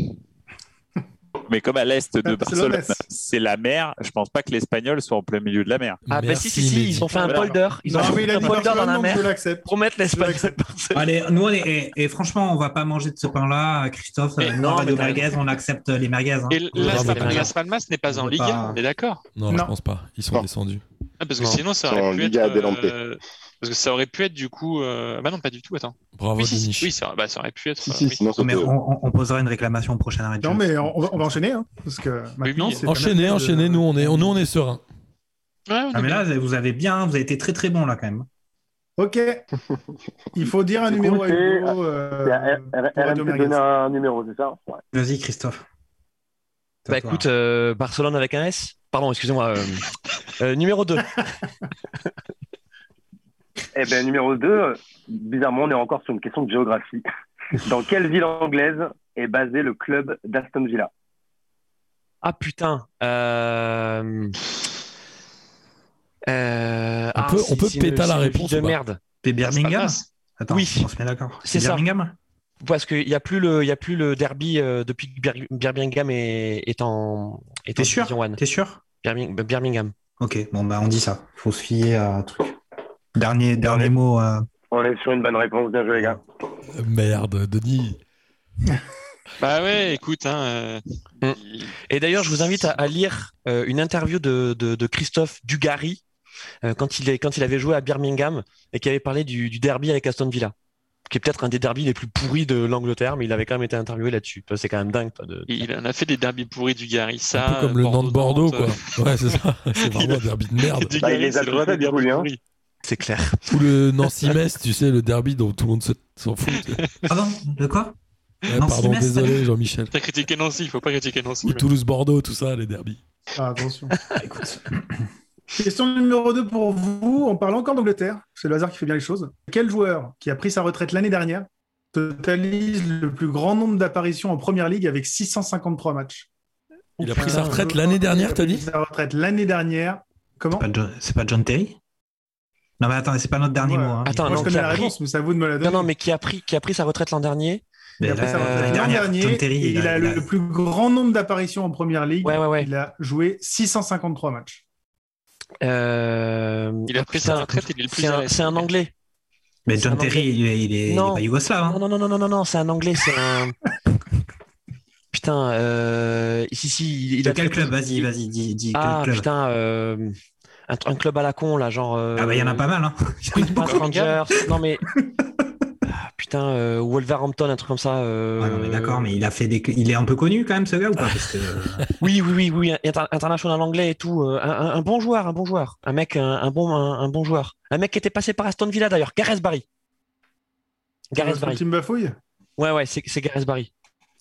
[SPEAKER 6] Mais comme à l'est de
[SPEAKER 3] Barcelone.
[SPEAKER 6] Barcelone, c'est la mer, je pense pas que l'Espagnol soit en plein milieu de la mer.
[SPEAKER 10] Ah, bah
[SPEAKER 5] Merci,
[SPEAKER 10] si, si, si,
[SPEAKER 5] Mehdi.
[SPEAKER 10] ils ont fait un
[SPEAKER 6] Voilà.
[SPEAKER 10] polder. Ils ont
[SPEAKER 3] Non, mais
[SPEAKER 10] fait
[SPEAKER 3] il a
[SPEAKER 10] un
[SPEAKER 3] dit
[SPEAKER 10] polder dans
[SPEAKER 3] Barcelone,
[SPEAKER 10] la
[SPEAKER 3] donc
[SPEAKER 10] mer
[SPEAKER 3] je l'accepte.
[SPEAKER 10] pour mettre l'Espagnol Barcelone.
[SPEAKER 8] Allez, nous, on est, et, et franchement, on va pas manger de ce pain-là, Christophe.
[SPEAKER 9] Mais
[SPEAKER 8] euh,
[SPEAKER 10] non,
[SPEAKER 8] nous, on va
[SPEAKER 10] mais
[SPEAKER 8] de
[SPEAKER 10] t'as
[SPEAKER 8] merguez, on accepte les merguez. hein.
[SPEAKER 9] Et
[SPEAKER 5] on
[SPEAKER 9] Las
[SPEAKER 5] verra bien.
[SPEAKER 9] Las Palmas n'est pas
[SPEAKER 8] On
[SPEAKER 9] en
[SPEAKER 8] peut
[SPEAKER 9] Liga,
[SPEAKER 8] pas-
[SPEAKER 9] on est d'accord.
[SPEAKER 5] Non, je
[SPEAKER 3] Non.
[SPEAKER 5] pense pas. Ils sont
[SPEAKER 7] Non.
[SPEAKER 5] descendus.
[SPEAKER 9] Ah, parce que
[SPEAKER 10] Non,
[SPEAKER 9] sinon, ça
[SPEAKER 7] c'est en
[SPEAKER 9] aurait pu être.
[SPEAKER 7] Liga Adelante.
[SPEAKER 9] euh, parce que ça aurait pu être du coup. euh, Bah non, pas du tout, attends.
[SPEAKER 5] Bravo,
[SPEAKER 9] Oui, si,
[SPEAKER 5] Denis.
[SPEAKER 9] si, oui, ça, bah, ça aurait pu être.
[SPEAKER 7] Si,
[SPEAKER 9] euh,
[SPEAKER 7] si,
[SPEAKER 9] oui.
[SPEAKER 7] sinon
[SPEAKER 8] Non,
[SPEAKER 7] c'était.
[SPEAKER 8] mais on, on- on posera une réclamation au prochain arrêt de
[SPEAKER 3] Non,
[SPEAKER 8] jeu.
[SPEAKER 3] mais on va, on va enchaîner. hein, parce que maintenant,
[SPEAKER 9] oui.
[SPEAKER 3] c'est un
[SPEAKER 5] Enchaînez,
[SPEAKER 3] match de-
[SPEAKER 5] enchaînez.
[SPEAKER 9] euh,
[SPEAKER 5] Nous, on est, nous, on est serein.
[SPEAKER 9] Ouais, on
[SPEAKER 8] Ah,
[SPEAKER 9] est
[SPEAKER 8] mais
[SPEAKER 9] bien.
[SPEAKER 8] là, vous avez bien, vous avez été très très bon là quand même.
[SPEAKER 3] Ok. Il faut dire un
[SPEAKER 4] Du
[SPEAKER 3] numéro
[SPEAKER 4] coup,
[SPEAKER 3] à
[SPEAKER 4] c'est-
[SPEAKER 3] Hugo.
[SPEAKER 4] C'est à
[SPEAKER 3] euh,
[SPEAKER 4] R- R-
[SPEAKER 3] pour Radio
[SPEAKER 4] RMC
[SPEAKER 3] Merguez.
[SPEAKER 4] donner un numéro, c'est ça Ouais.
[SPEAKER 8] Vas-y, Christophe.
[SPEAKER 10] Bah
[SPEAKER 8] Toi,
[SPEAKER 10] écoute, euh, Barcelone avec un S. Pardon, excusez-moi. euh, Euh, numéro 2.
[SPEAKER 4] Eh bien, numéro 2, bizarrement, on est encore sur une question de géographie. Dans quelle ville anglaise est basé le club d'Aston Villa
[SPEAKER 10] Ah putain. Euh... euh,
[SPEAKER 9] Ah,
[SPEAKER 5] On peut-
[SPEAKER 10] c'est-
[SPEAKER 5] on peut
[SPEAKER 10] c'est une-
[SPEAKER 5] péter à
[SPEAKER 10] c'est
[SPEAKER 5] la
[SPEAKER 10] une ville
[SPEAKER 5] réponse
[SPEAKER 10] De
[SPEAKER 5] ou pas
[SPEAKER 10] merde.
[SPEAKER 8] C'est Birmingham Attends,
[SPEAKER 10] Oui.
[SPEAKER 8] on se met d'accord.
[SPEAKER 10] C'est ça.
[SPEAKER 8] Birmingham
[SPEAKER 10] Parce qu'il n'y a plus le, il y a plus le derby euh, depuis que Bir- Birmingham est, est en, est en
[SPEAKER 8] T'es sûr
[SPEAKER 10] Division One.
[SPEAKER 8] T'es sûr
[SPEAKER 10] Birming- bah, Birmingham.
[SPEAKER 8] Ok, bon, bah, on dit ça. Faut se fier à un truc. Dernier, dernier mot. euh,
[SPEAKER 4] On est sur une bonne réponse, bien joué les gars.
[SPEAKER 5] Merde, Denis.
[SPEAKER 9] Bah ouais, écoute, hein, euh,
[SPEAKER 10] Mm.
[SPEAKER 9] il-
[SPEAKER 10] Et d'ailleurs, je vous invite à, à lire euh, une interview de, de- de Christophe Dugarry euh, quand, il est, quand il avait joué à Birmingham et qui avait parlé du, du derby avec Aston Villa, qui est peut-être un des derbys les plus pourris de l'Angleterre, mais il avait quand même été interviewé là-dessus. Toi, C'est quand même dingue. toi, de-
[SPEAKER 9] il en a fait des derbys pourris du Gary. Ça,
[SPEAKER 5] un peu comme le Nantes de
[SPEAKER 9] euh,
[SPEAKER 5] Bordeaux, quoi. Ouais, c'est ça. C'est
[SPEAKER 9] Il
[SPEAKER 5] vraiment
[SPEAKER 9] a-
[SPEAKER 5] un derby de merde.
[SPEAKER 9] Du
[SPEAKER 4] Bah, il
[SPEAKER 9] Gary,
[SPEAKER 4] les a
[SPEAKER 9] c'est le
[SPEAKER 4] tous
[SPEAKER 9] vrai
[SPEAKER 4] fait,
[SPEAKER 9] derby
[SPEAKER 4] Julien.
[SPEAKER 9] pourri.
[SPEAKER 10] C'est clair.
[SPEAKER 5] Ou le Nancy-Metz, tu sais, le derby dont tout le monde se- s'en fout. tu sais.
[SPEAKER 8] Pardon De quoi
[SPEAKER 5] Ouais,
[SPEAKER 8] Nancy-Metz,
[SPEAKER 5] pardon,
[SPEAKER 8] t'as
[SPEAKER 5] désolé, Jean-Michel.
[SPEAKER 9] T'as critiqué Nancy, il faut pas critiquer Nancy.
[SPEAKER 5] Ou
[SPEAKER 9] mais-
[SPEAKER 5] Toulouse-Bordeaux, tout ça, les derbys.
[SPEAKER 3] Ah, attention. Question numéro 2 pour vous. On parle encore d'Angleterre. C'est le hasard qui fait bien les choses. Quel joueur qui a pris sa retraite l'année dernière totalise le plus grand nombre d'apparitions en première ligue avec 653 matchs
[SPEAKER 5] Il a pris sa
[SPEAKER 3] Un
[SPEAKER 5] retraite
[SPEAKER 3] joueur
[SPEAKER 5] l'année dernière,
[SPEAKER 3] qui a
[SPEAKER 5] t'as
[SPEAKER 3] pris
[SPEAKER 5] dit
[SPEAKER 3] Sa retraite l'année dernière. Comment
[SPEAKER 10] Ah,
[SPEAKER 8] Pas John- C'est pas John Terry Non, mais attends, c'est pas notre dernier
[SPEAKER 3] Ouais.
[SPEAKER 8] mot. hein.
[SPEAKER 10] Attends, non,
[SPEAKER 3] Moi, je
[SPEAKER 10] qui
[SPEAKER 3] connais
[SPEAKER 10] a
[SPEAKER 3] la
[SPEAKER 10] pris-
[SPEAKER 3] réponse, mais c'est à vous de me la
[SPEAKER 10] Non,
[SPEAKER 3] donner.
[SPEAKER 10] non, mais qui a pris, qui a pris sa retraite l'an dernier
[SPEAKER 8] Mais
[SPEAKER 3] Il a pris sa
[SPEAKER 10] euh,
[SPEAKER 3] retraite
[SPEAKER 8] l'année
[SPEAKER 3] l'an
[SPEAKER 8] dernière, John
[SPEAKER 3] dernier
[SPEAKER 8] Terry,
[SPEAKER 3] et il a
[SPEAKER 8] il a-
[SPEAKER 3] le plus grand nombre d'apparitions en première ligue.
[SPEAKER 10] Ouais, ouais, ouais.
[SPEAKER 3] Il a joué 653 matchs.
[SPEAKER 10] Euh,
[SPEAKER 9] Il a pris sa
[SPEAKER 10] putain,
[SPEAKER 9] retraite, il est le plus
[SPEAKER 10] C'est
[SPEAKER 9] à
[SPEAKER 10] un,
[SPEAKER 9] l'aise.
[SPEAKER 10] c'est un anglais.
[SPEAKER 8] Mais
[SPEAKER 10] C'est
[SPEAKER 8] John
[SPEAKER 10] un
[SPEAKER 8] Terry, il est, il est- il est
[SPEAKER 10] Non.
[SPEAKER 8] pas yougoslave. hein.
[SPEAKER 10] Ah, Non, non, non, non, non, non, non, c'est un anglais, c'est un. Putain, euh... si, si, il, il
[SPEAKER 8] De
[SPEAKER 10] a
[SPEAKER 8] quel club Vas-y, vas-y, dis, dis
[SPEAKER 10] Ah,
[SPEAKER 8] quel club.
[SPEAKER 10] putain, euh, un, un club à la con, là, genre. euh,
[SPEAKER 8] Ah, bah, il y en a pas mal. Hein.
[SPEAKER 10] Queen's Rangers, non, mais. Ah, putain, euh, Wolverhampton, un truc comme ça. euh,
[SPEAKER 8] Ouais, non, mais d'accord, mais il, a fait des... il est un peu connu quand même, ce gars, ou pas Parce que...
[SPEAKER 10] Oui, oui, oui, oui, inter- international anglais et tout. euh, Un, un- un bon joueur, un bon joueur. Un mec, un, un bon, un, un bon joueur. Un mec qui était passé par Aston Villa, d'ailleurs. Gareth Barry. Gareth
[SPEAKER 3] Votre
[SPEAKER 10] Barry.
[SPEAKER 3] Team bafouille
[SPEAKER 10] Ouais, ouais, c'est c'est Gareth Barry.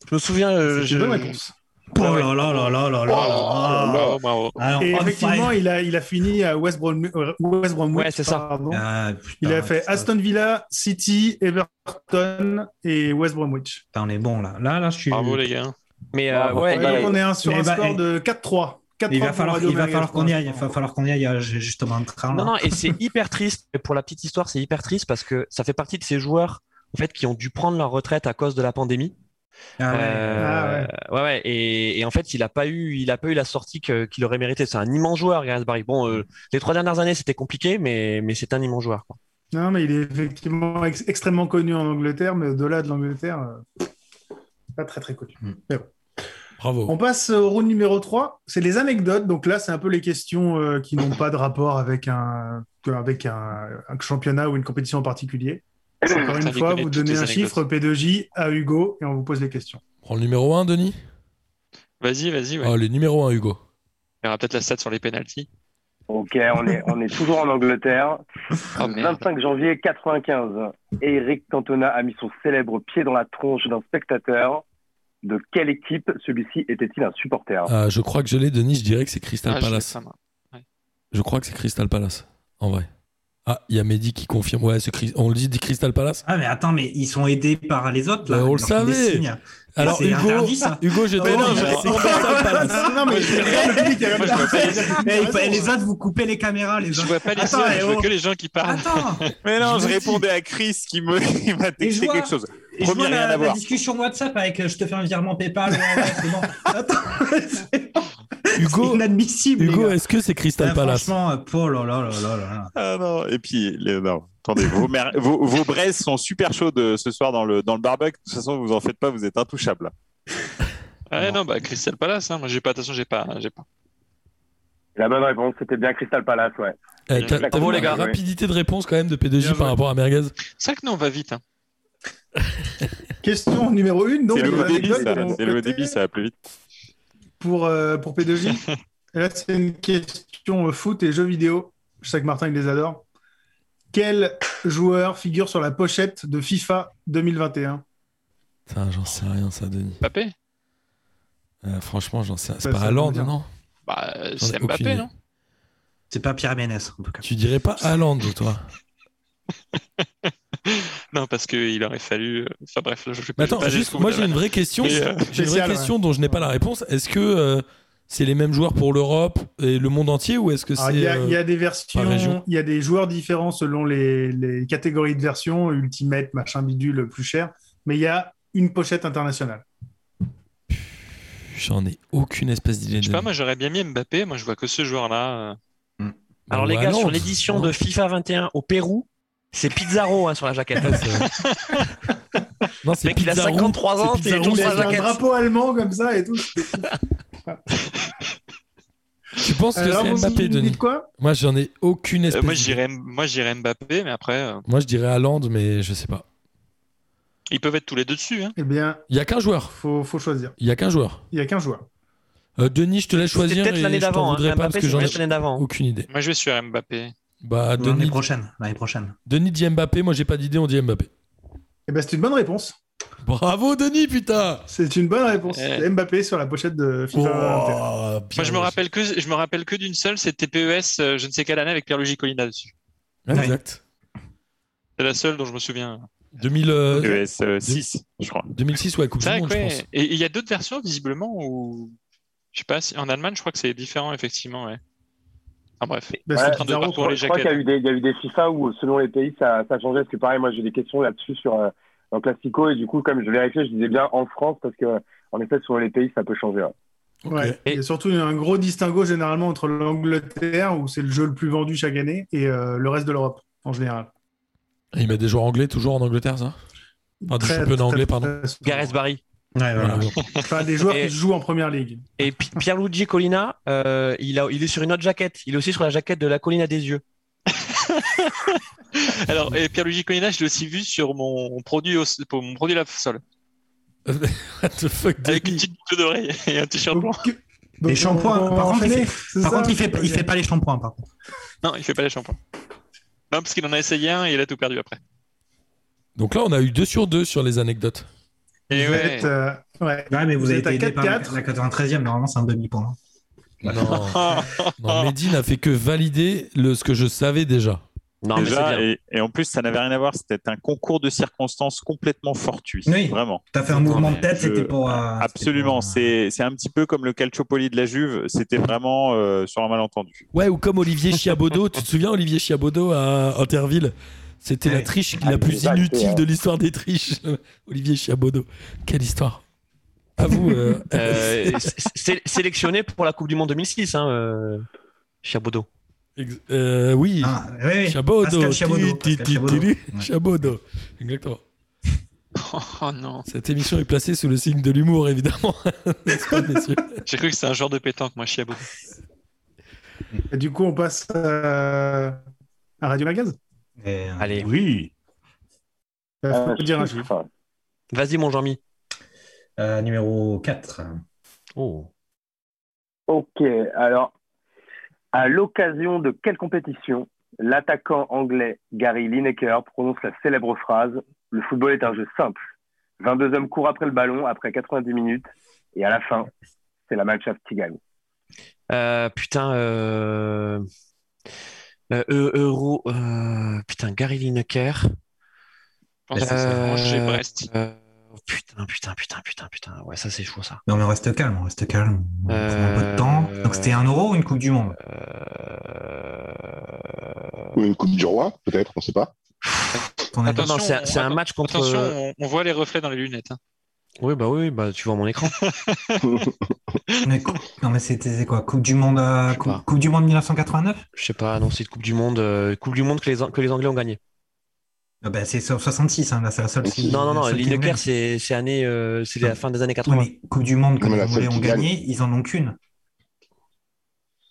[SPEAKER 10] Je me souviens. euh,
[SPEAKER 3] C'est
[SPEAKER 10] je-
[SPEAKER 3] une bonne réponse.
[SPEAKER 8] Oh là là là là là là là là.
[SPEAKER 9] Bravo,
[SPEAKER 5] Euh,
[SPEAKER 9] bravo.
[SPEAKER 8] Alors,
[SPEAKER 3] Et
[SPEAKER 8] on
[SPEAKER 3] effectivement,
[SPEAKER 8] fire.
[SPEAKER 3] il a, il a fini à West, Brom- euh, West Bromwich.
[SPEAKER 10] Ouais, c'est ça.
[SPEAKER 3] pardon.
[SPEAKER 8] Ah, putain,
[SPEAKER 3] Il a fait
[SPEAKER 8] putain,
[SPEAKER 3] Aston Villa, City, Everton et West Bromwich.
[SPEAKER 8] putain, on est bon là. Là, là, je suis.
[SPEAKER 9] Bravo, les gars.
[SPEAKER 10] Mais
[SPEAKER 8] Ah,
[SPEAKER 10] euh,
[SPEAKER 4] Bravo.
[SPEAKER 10] ouais,
[SPEAKER 3] Et
[SPEAKER 10] il-
[SPEAKER 3] donc, on est un- sur
[SPEAKER 8] Et
[SPEAKER 3] un
[SPEAKER 8] bah,
[SPEAKER 3] score
[SPEAKER 8] et-
[SPEAKER 3] de 4-3. 4-3
[SPEAKER 8] Il va
[SPEAKER 3] pour
[SPEAKER 8] falloir,
[SPEAKER 3] Radio
[SPEAKER 8] il va
[SPEAKER 3] Merguez,
[SPEAKER 8] falloir qu'on y aille. Il
[SPEAKER 3] pour
[SPEAKER 8] va falloir qu'on y aille. euh, J'ai justement un train. là.
[SPEAKER 10] Non, non, et c'est hyper triste. Et pour la petite histoire, c'est hyper triste parce que ça fait partie de ces joueurs en fait, qui ont dû prendre leur retraite à cause de la pandémie.
[SPEAKER 8] Ah ouais.
[SPEAKER 10] Euh, ouais, ouais. Et, et en fait, il n'a pas, eu- il a pas eu la sortie que- qu'il aurait mérité. C'est un immense joueur, Gareth Barry. Bon, euh, les trois dernières années, c'était compliqué, mais, mais c'est un immense joueur. quoi.
[SPEAKER 3] Non, mais il est effectivement ex- extrêmement connu en Angleterre, mais au-delà de l'Angleterre, euh, pas très très connu.
[SPEAKER 5] Bravo.
[SPEAKER 3] On passe au round numéro 3. C'est les anecdotes. Donc là, c'est un peu les questions euh, qui n'ont pas de rapport avec, un, avec un, un championnat ou une compétition en particulier. Encore
[SPEAKER 9] Putain,
[SPEAKER 3] une
[SPEAKER 9] il
[SPEAKER 3] fois,
[SPEAKER 9] connaît
[SPEAKER 3] vous
[SPEAKER 9] toutes
[SPEAKER 3] donnez
[SPEAKER 9] les
[SPEAKER 3] un
[SPEAKER 9] anecdotes.
[SPEAKER 3] chiffre P2J à Hugo et on vous pose les questions.
[SPEAKER 5] Prends le numéro 1, Denis
[SPEAKER 9] Vas-y, vas-y. Ouais.
[SPEAKER 5] Ah, le numéro 1, Hugo.
[SPEAKER 9] Il y aura peut-être la stat sur les pénalties.
[SPEAKER 4] Ok, on est, on est toujours en Angleterre.
[SPEAKER 9] Oh,
[SPEAKER 4] Le
[SPEAKER 9] merde.
[SPEAKER 4] 25 janvier 95, Eric Cantona a mis son célèbre pied dans la tronche d'un spectateur. De quelle équipe celui-ci était-il un supporter
[SPEAKER 5] Ah, je crois que je l'ai, Denis, je dirais que c'est Crystal
[SPEAKER 9] Oh. Ah, je
[SPEAKER 5] Palace.
[SPEAKER 9] l'ai pas, moi.
[SPEAKER 5] Je crois que c'est Crystal Palace, en vrai. Ah, il y a Mehdi qui confirme. Ouais, c'est Chris- on le dit, dit Crystal Palace.
[SPEAKER 8] Ah, mais attends, mais ils sont aidés par les autres là.
[SPEAKER 5] Bah, on
[SPEAKER 8] Ils
[SPEAKER 5] le
[SPEAKER 8] leur font des
[SPEAKER 5] savait.
[SPEAKER 8] signes.
[SPEAKER 5] Alors,
[SPEAKER 8] Ah, c'est
[SPEAKER 5] Hugo,
[SPEAKER 8] interdit, ça.
[SPEAKER 5] Hugo, je te
[SPEAKER 8] Mais non,
[SPEAKER 5] dis,
[SPEAKER 8] mais
[SPEAKER 5] c'est Crystal Palace.
[SPEAKER 3] non, mais je regarde le public, il regarde
[SPEAKER 9] Moi, je vois pas les-
[SPEAKER 8] Eh, il faut- eh, les autres, vous coupez les caméras, les
[SPEAKER 9] Je
[SPEAKER 8] autres.
[SPEAKER 9] vois pas les
[SPEAKER 8] Attends,
[SPEAKER 9] siens,
[SPEAKER 8] eh,
[SPEAKER 9] je vois
[SPEAKER 8] oh.
[SPEAKER 9] que les gens qui parlent.
[SPEAKER 8] Attends,
[SPEAKER 6] Mais non,
[SPEAKER 8] Je
[SPEAKER 6] je,
[SPEAKER 8] vous
[SPEAKER 6] répondais à Chris qui me- il m'a
[SPEAKER 8] je
[SPEAKER 6] texté
[SPEAKER 8] vois-
[SPEAKER 6] quelque chose.
[SPEAKER 8] Et je
[SPEAKER 6] Premier,
[SPEAKER 8] vois
[SPEAKER 6] rien à
[SPEAKER 8] la, la
[SPEAKER 6] voir.
[SPEAKER 8] discussion WhatsApp avec euh, je te fais un virement PayPal. ouais, ouais, c'est bon. Attends, c'est c'est
[SPEAKER 5] Hugo,
[SPEAKER 8] inadmissible. les
[SPEAKER 5] Hugo
[SPEAKER 8] gars.
[SPEAKER 5] est-ce que c'est Crystal
[SPEAKER 8] Ah,
[SPEAKER 5] Palace
[SPEAKER 8] Franchement, euh, oh là là là là là.
[SPEAKER 6] Ah non, et puis, les- non, attendez, vos, mer- vos, vos braises sont super chaudes euh, ce soir dans le, dans le barbuck. De toute façon, vous en faites pas, vous êtes intouchables. là.
[SPEAKER 5] Ah.
[SPEAKER 9] Ouais, non, bah, Crystal Palace, hein. Moi, j'ai pas, attention, j'ai pas, j'ai pas.
[SPEAKER 4] La bonne réponse, c'était bien Crystal Palace, ouais.
[SPEAKER 5] Eh, t'as-
[SPEAKER 4] Bravo,
[SPEAKER 5] t'as vu
[SPEAKER 4] les
[SPEAKER 5] la
[SPEAKER 4] gars.
[SPEAKER 5] rapidité de réponse quand même de P2J
[SPEAKER 3] Bien
[SPEAKER 5] par
[SPEAKER 3] joué.
[SPEAKER 5] rapport à Merguez.
[SPEAKER 9] C'est vrai que nous, on va vite, hein.
[SPEAKER 3] Question numéro 1. Donc,
[SPEAKER 6] C'est le
[SPEAKER 3] les
[SPEAKER 6] haut débit,
[SPEAKER 3] anecdotes
[SPEAKER 6] ça.
[SPEAKER 3] de mon
[SPEAKER 6] C'est le haut
[SPEAKER 3] côté
[SPEAKER 6] débit, ça va plus vite.
[SPEAKER 3] Pour, euh, pour P2J. Et là, c'est une question euh, foot et jeux vidéo. Je sais que Martin, il les adore. Quel joueur figure sur la pochette de FIFA 2021
[SPEAKER 5] Putain, j'en sais rien, ça, Denis.
[SPEAKER 9] Mbappé?
[SPEAKER 5] Euh, franchement, j'en sais rien. C'est
[SPEAKER 3] Bah,
[SPEAKER 5] pas
[SPEAKER 3] ça
[SPEAKER 5] Hollande,
[SPEAKER 3] tombe bien.
[SPEAKER 5] non
[SPEAKER 9] Bah,
[SPEAKER 5] J'en ai
[SPEAKER 9] c'est
[SPEAKER 5] aucune
[SPEAKER 9] Mbappé,
[SPEAKER 5] idée.
[SPEAKER 9] non?
[SPEAKER 8] C'est pas Pierre Ménès, en tout cas.
[SPEAKER 5] Tu dirais pas Haaland, toi
[SPEAKER 9] Non, parce qu'il aurait fallu. euh, Enfin bref, je vais
[SPEAKER 5] Mais attends,
[SPEAKER 9] pas
[SPEAKER 5] juste,
[SPEAKER 9] jusqu'au
[SPEAKER 5] moi
[SPEAKER 9] bout,
[SPEAKER 5] j'ai une
[SPEAKER 9] là.
[SPEAKER 5] vraie question.
[SPEAKER 9] Mais,
[SPEAKER 5] J'ai
[SPEAKER 9] euh,
[SPEAKER 5] une vraie question dont je n'ai pas la réponse. Est-ce que euh, c'est les mêmes joueurs pour l'Europe et le monde entier ou est-ce que
[SPEAKER 3] Alors,
[SPEAKER 5] c'est
[SPEAKER 3] Il y, a-
[SPEAKER 5] euh,
[SPEAKER 3] il y a des
[SPEAKER 5] par région
[SPEAKER 3] versions, il y a des joueurs différents selon les, les catégories de versions, Ultimate, machin bidule, plus cher, mais il y a une pochette internationale.
[SPEAKER 5] J'en ai aucune espèce d'idée.
[SPEAKER 9] Je sais pas, moi j'aurais bien mis Mbappé, moi je vois que ce joueur-là. euh,
[SPEAKER 10] Alors
[SPEAKER 5] Bah
[SPEAKER 10] les gars, sur l'édition de FIFA 21 au Pérou, c'est Pizarro hein, sur la jaquette.
[SPEAKER 5] Non, c'est
[SPEAKER 10] Mec, il a
[SPEAKER 5] Pizarro.
[SPEAKER 10] 53 ans,
[SPEAKER 5] C'est
[SPEAKER 10] t'es toujours
[SPEAKER 5] Pizarro.
[SPEAKER 10] sur la
[SPEAKER 3] Il y a un
[SPEAKER 10] jaquette.
[SPEAKER 3] drapeau allemand comme ça et tout.
[SPEAKER 5] Tu penses que
[SPEAKER 3] Alors,
[SPEAKER 5] c'est
[SPEAKER 3] vous
[SPEAKER 5] Mbappé,
[SPEAKER 3] dites
[SPEAKER 5] Denis
[SPEAKER 3] quoi
[SPEAKER 5] Moi j'en ai aucune
[SPEAKER 9] euh,
[SPEAKER 5] espèce
[SPEAKER 9] moi
[SPEAKER 5] d'idée.
[SPEAKER 9] j'irais moi, j'irais Mbappé, mais après, euh,
[SPEAKER 5] Moi je dirais Haaland, mais je sais pas.
[SPEAKER 9] ils peuvent être tous les deux dessus. Hein.
[SPEAKER 3] Eh bien,
[SPEAKER 5] Il y a qu'un joueur.
[SPEAKER 3] faut, faut choisir.
[SPEAKER 5] Il y a qu'un joueur.
[SPEAKER 3] Il y a qu'un joueur.
[SPEAKER 5] Euh, Denis, je te laisse
[SPEAKER 10] C'était
[SPEAKER 5] choisir.
[SPEAKER 10] peut-être
[SPEAKER 5] et
[SPEAKER 10] l'année
[SPEAKER 5] je t'en
[SPEAKER 10] d'avant. hein.
[SPEAKER 5] voudrais pas
[SPEAKER 10] Mbappé,
[SPEAKER 5] parce que
[SPEAKER 10] c'est
[SPEAKER 5] j'en ai
[SPEAKER 10] peut-être l'année d'avant.
[SPEAKER 5] aucune idée.
[SPEAKER 9] Moi je vais sur Mbappé.
[SPEAKER 5] Bah,
[SPEAKER 8] Ou L'année
[SPEAKER 5] Denis,
[SPEAKER 8] prochaine. L'année prochaine.
[SPEAKER 5] Denis dit Mbappé, moi j'ai pas d'idée, on dit Mbappé.
[SPEAKER 3] Eh bien, c'est une bonne réponse.
[SPEAKER 5] Bravo Denis, putain
[SPEAKER 3] C'est une bonne réponse.
[SPEAKER 9] Eh.
[SPEAKER 3] C'est Mbappé sur la pochette de
[SPEAKER 5] Oh,
[SPEAKER 3] FIFA. 21.
[SPEAKER 5] bien
[SPEAKER 9] Moi je me
[SPEAKER 5] joué.
[SPEAKER 9] rappelle que je me rappelle que d'une seule, c'est TPES, euh, je ne sais quelle année avec Pierre-Luigi Colina dessus.
[SPEAKER 5] Exact.
[SPEAKER 9] C'est la seule dont je me souviens.
[SPEAKER 5] 2000, euh,
[SPEAKER 6] ES6, je crois.
[SPEAKER 5] 2006, ouais, Coupe du
[SPEAKER 9] C'est vrai
[SPEAKER 5] Monde,
[SPEAKER 9] que
[SPEAKER 5] je
[SPEAKER 9] ouais.
[SPEAKER 5] pense.
[SPEAKER 9] Et et il y a d'autres versions visiblement où je sais pas si en Allemagne, je crois que c'est différent effectivement. Ouais. Enfin bref.
[SPEAKER 3] Ben,
[SPEAKER 4] Ouais,
[SPEAKER 3] c'est
[SPEAKER 9] en train de
[SPEAKER 3] Pizarro,
[SPEAKER 9] parcourir
[SPEAKER 4] Je
[SPEAKER 9] les
[SPEAKER 4] crois qu'il y a
[SPEAKER 9] jaquettes.
[SPEAKER 4] eu des, il y a eu des FIFA où, selon les pays, ça, ça changeait. Parce que, pareil, moi, j'ai des questions là-dessus sur euh, dans Classico. Et du coup, comme je vérifiais, je disais bien en France. Parce que, en effet, selon les pays, ça peut changer. ouais.
[SPEAKER 3] Ouais.
[SPEAKER 10] Et-
[SPEAKER 3] Il y a surtout un gros distinguo généralement entre l'Angleterre, où c'est le jeu le plus vendu chaque année, et euh, le reste de l'Europe en général.
[SPEAKER 5] Et il met des joueurs anglais toujours en Angleterre, ça Ah, du championnat anglais, pardon.
[SPEAKER 3] très souvent.
[SPEAKER 10] Gareth Barry.
[SPEAKER 8] Ouais, voilà.
[SPEAKER 5] Voilà.
[SPEAKER 3] Enfin, des joueurs
[SPEAKER 10] Et-
[SPEAKER 3] qui se jouent en première ligue.
[SPEAKER 10] Et Pi- Pierluigi Colina, euh, il, a- il est sur une autre jaquette. Il est aussi sur la jaquette de la colline à des yeux.
[SPEAKER 9] Alors et Pierre-Luigi Colina, je l'ai aussi vu sur mon produit au- pour mon produit lave-sol
[SPEAKER 5] What the fuck,
[SPEAKER 9] avec une
[SPEAKER 5] Denis
[SPEAKER 9] petite boucle d'oreille et un t-shirt blanc.
[SPEAKER 3] Donc- donc,
[SPEAKER 8] Les shampoings,
[SPEAKER 3] on va
[SPEAKER 8] par contre, il
[SPEAKER 3] enchaîner,
[SPEAKER 8] fait,
[SPEAKER 3] c'est
[SPEAKER 8] par
[SPEAKER 3] ça
[SPEAKER 8] contre, il fait, il fait pas les shampoings, par contre.
[SPEAKER 9] Non, il fait pas les shampoings. Non, parce qu'il en a essayé un et il a tout perdu après.
[SPEAKER 5] Donc là, on a eu 2 sur 2 sur les anecdotes.
[SPEAKER 9] Et
[SPEAKER 3] Vous
[SPEAKER 9] ouais.
[SPEAKER 3] êtes, euh, ouais.
[SPEAKER 8] Ouais, mais vous,
[SPEAKER 3] Vous
[SPEAKER 8] avez
[SPEAKER 3] êtes à
[SPEAKER 8] été aidé par la
[SPEAKER 3] 4-4.
[SPEAKER 8] la 93e, normalement, c'est un demi-point. hein.
[SPEAKER 5] Non, non Mehdi n'a fait que valider le, ce que je savais déjà.
[SPEAKER 10] Non, mais c'est
[SPEAKER 6] Déjà,
[SPEAKER 10] bien.
[SPEAKER 6] et, et en plus, ça n'avait rien à voir. C'était un concours de circonstances complètement fortuit.
[SPEAKER 8] Oui.
[SPEAKER 6] Vraiment.
[SPEAKER 8] T'as fait un mouvement de tête,
[SPEAKER 6] je-
[SPEAKER 8] c'était pour. euh, c'était
[SPEAKER 6] Absolument.
[SPEAKER 8] pour, euh,
[SPEAKER 6] C'est c'est un petit peu comme le Calciopoli de la Juve. C'était vraiment euh, sur un malentendu.
[SPEAKER 5] Ouais, ou comme Olivier Chiabodo, tu te souviens Olivier Chiabodo à Interville C'était la
[SPEAKER 8] Ouais.
[SPEAKER 5] triche
[SPEAKER 4] Ah,
[SPEAKER 5] la plus
[SPEAKER 4] exact,
[SPEAKER 5] inutile
[SPEAKER 4] ouais.
[SPEAKER 5] de l'histoire des triches. Olivier Chiabodo, quelle histoire À vous. euh,
[SPEAKER 10] Euh, sé- sé- sélectionné pour la Coupe du Monde 2006, hein, euh, Chabodeau.
[SPEAKER 5] ex- euh, oui,
[SPEAKER 8] Ah, oui, oui.
[SPEAKER 5] Chabodo.
[SPEAKER 8] Pascal Chabodeau,
[SPEAKER 5] Ti- ti-
[SPEAKER 8] Pascal
[SPEAKER 5] ti-
[SPEAKER 8] Chabodeau.
[SPEAKER 5] ti-
[SPEAKER 8] Ouais.
[SPEAKER 5] Chabodo. Exactement.
[SPEAKER 9] Oh non.
[SPEAKER 5] Cette émission est placée sous le signe de l'humour, évidemment. N'est-ce pas, messieurs
[SPEAKER 9] J'ai cru que c'était un genre de pétanque, moi, Chiabo.
[SPEAKER 3] Et du coup, on passe euh, à Radio Magaz.
[SPEAKER 8] Et, euh,
[SPEAKER 10] Allez,
[SPEAKER 6] Oui.
[SPEAKER 3] Il faut
[SPEAKER 4] Euh,
[SPEAKER 7] Ah,
[SPEAKER 4] je
[SPEAKER 3] dire un
[SPEAKER 4] sais
[SPEAKER 3] chiffre.
[SPEAKER 4] pas.
[SPEAKER 10] vas-y mon Jean-Mi.
[SPEAKER 8] euh, numéro 4.
[SPEAKER 10] Oh.
[SPEAKER 4] Ok, alors, à l'occasion de quelle compétition l'attaquant anglais Gary Lineker prononce la célèbre phrase Le football est un jeu simple. 22 hommes courent après le ballon après 90 minutes et à la fin, c'est la match-up qui gagne.
[SPEAKER 10] Euh, putain, euh... euh, eu- Euro, euh, putain, Gary Lineker.
[SPEAKER 9] Je pense que c'est
[SPEAKER 10] Euh,
[SPEAKER 9] Angers, Brest.
[SPEAKER 10] euh, Putain, putain, putain, putain, putain. Ouais, ça c'est chaud ça.
[SPEAKER 8] Non, mais on reste calme, on reste calme. On
[SPEAKER 10] Euh,
[SPEAKER 8] prend un peu de temps. Donc, c'était un euro ou une Coupe du Monde
[SPEAKER 10] Euh,
[SPEAKER 7] Ou une Coupe du Roi, peut-être, on sait pas.
[SPEAKER 8] Ton avis
[SPEAKER 10] Non, non, c'est
[SPEAKER 9] Attention,
[SPEAKER 10] c'est un
[SPEAKER 9] atten-
[SPEAKER 10] match contre. euh,
[SPEAKER 9] Attention, on, on voit les reflets dans les lunettes. hein.
[SPEAKER 10] Oui, bah oui, bah tu vois mon écran.
[SPEAKER 8] Mais cou- Non, mais c'était c'est quoi Coupe du Monde, euh,
[SPEAKER 10] Je sais
[SPEAKER 8] coupe,
[SPEAKER 10] pas.
[SPEAKER 8] Coupe du Monde 1989
[SPEAKER 10] Je sais pas, non, c'est de Coupe du Monde, euh, Coupe du Monde que les, An- que les Anglais ont gagné.
[SPEAKER 8] Ah bah, C'est so- 66, hein, là, c'est la seule. c'est
[SPEAKER 10] Non, non,
[SPEAKER 8] la
[SPEAKER 10] non,
[SPEAKER 8] seule qui
[SPEAKER 10] Lineker,
[SPEAKER 8] gagne.
[SPEAKER 10] c'est c'est année, euh, c'est la fin des années
[SPEAKER 8] Oui,
[SPEAKER 10] 80.
[SPEAKER 8] mais Coupe du Monde, que
[SPEAKER 7] Mais
[SPEAKER 8] les
[SPEAKER 7] la
[SPEAKER 8] Anglais
[SPEAKER 7] seule
[SPEAKER 8] ont
[SPEAKER 7] qui gagne.
[SPEAKER 8] gagné, ils en ont qu'une.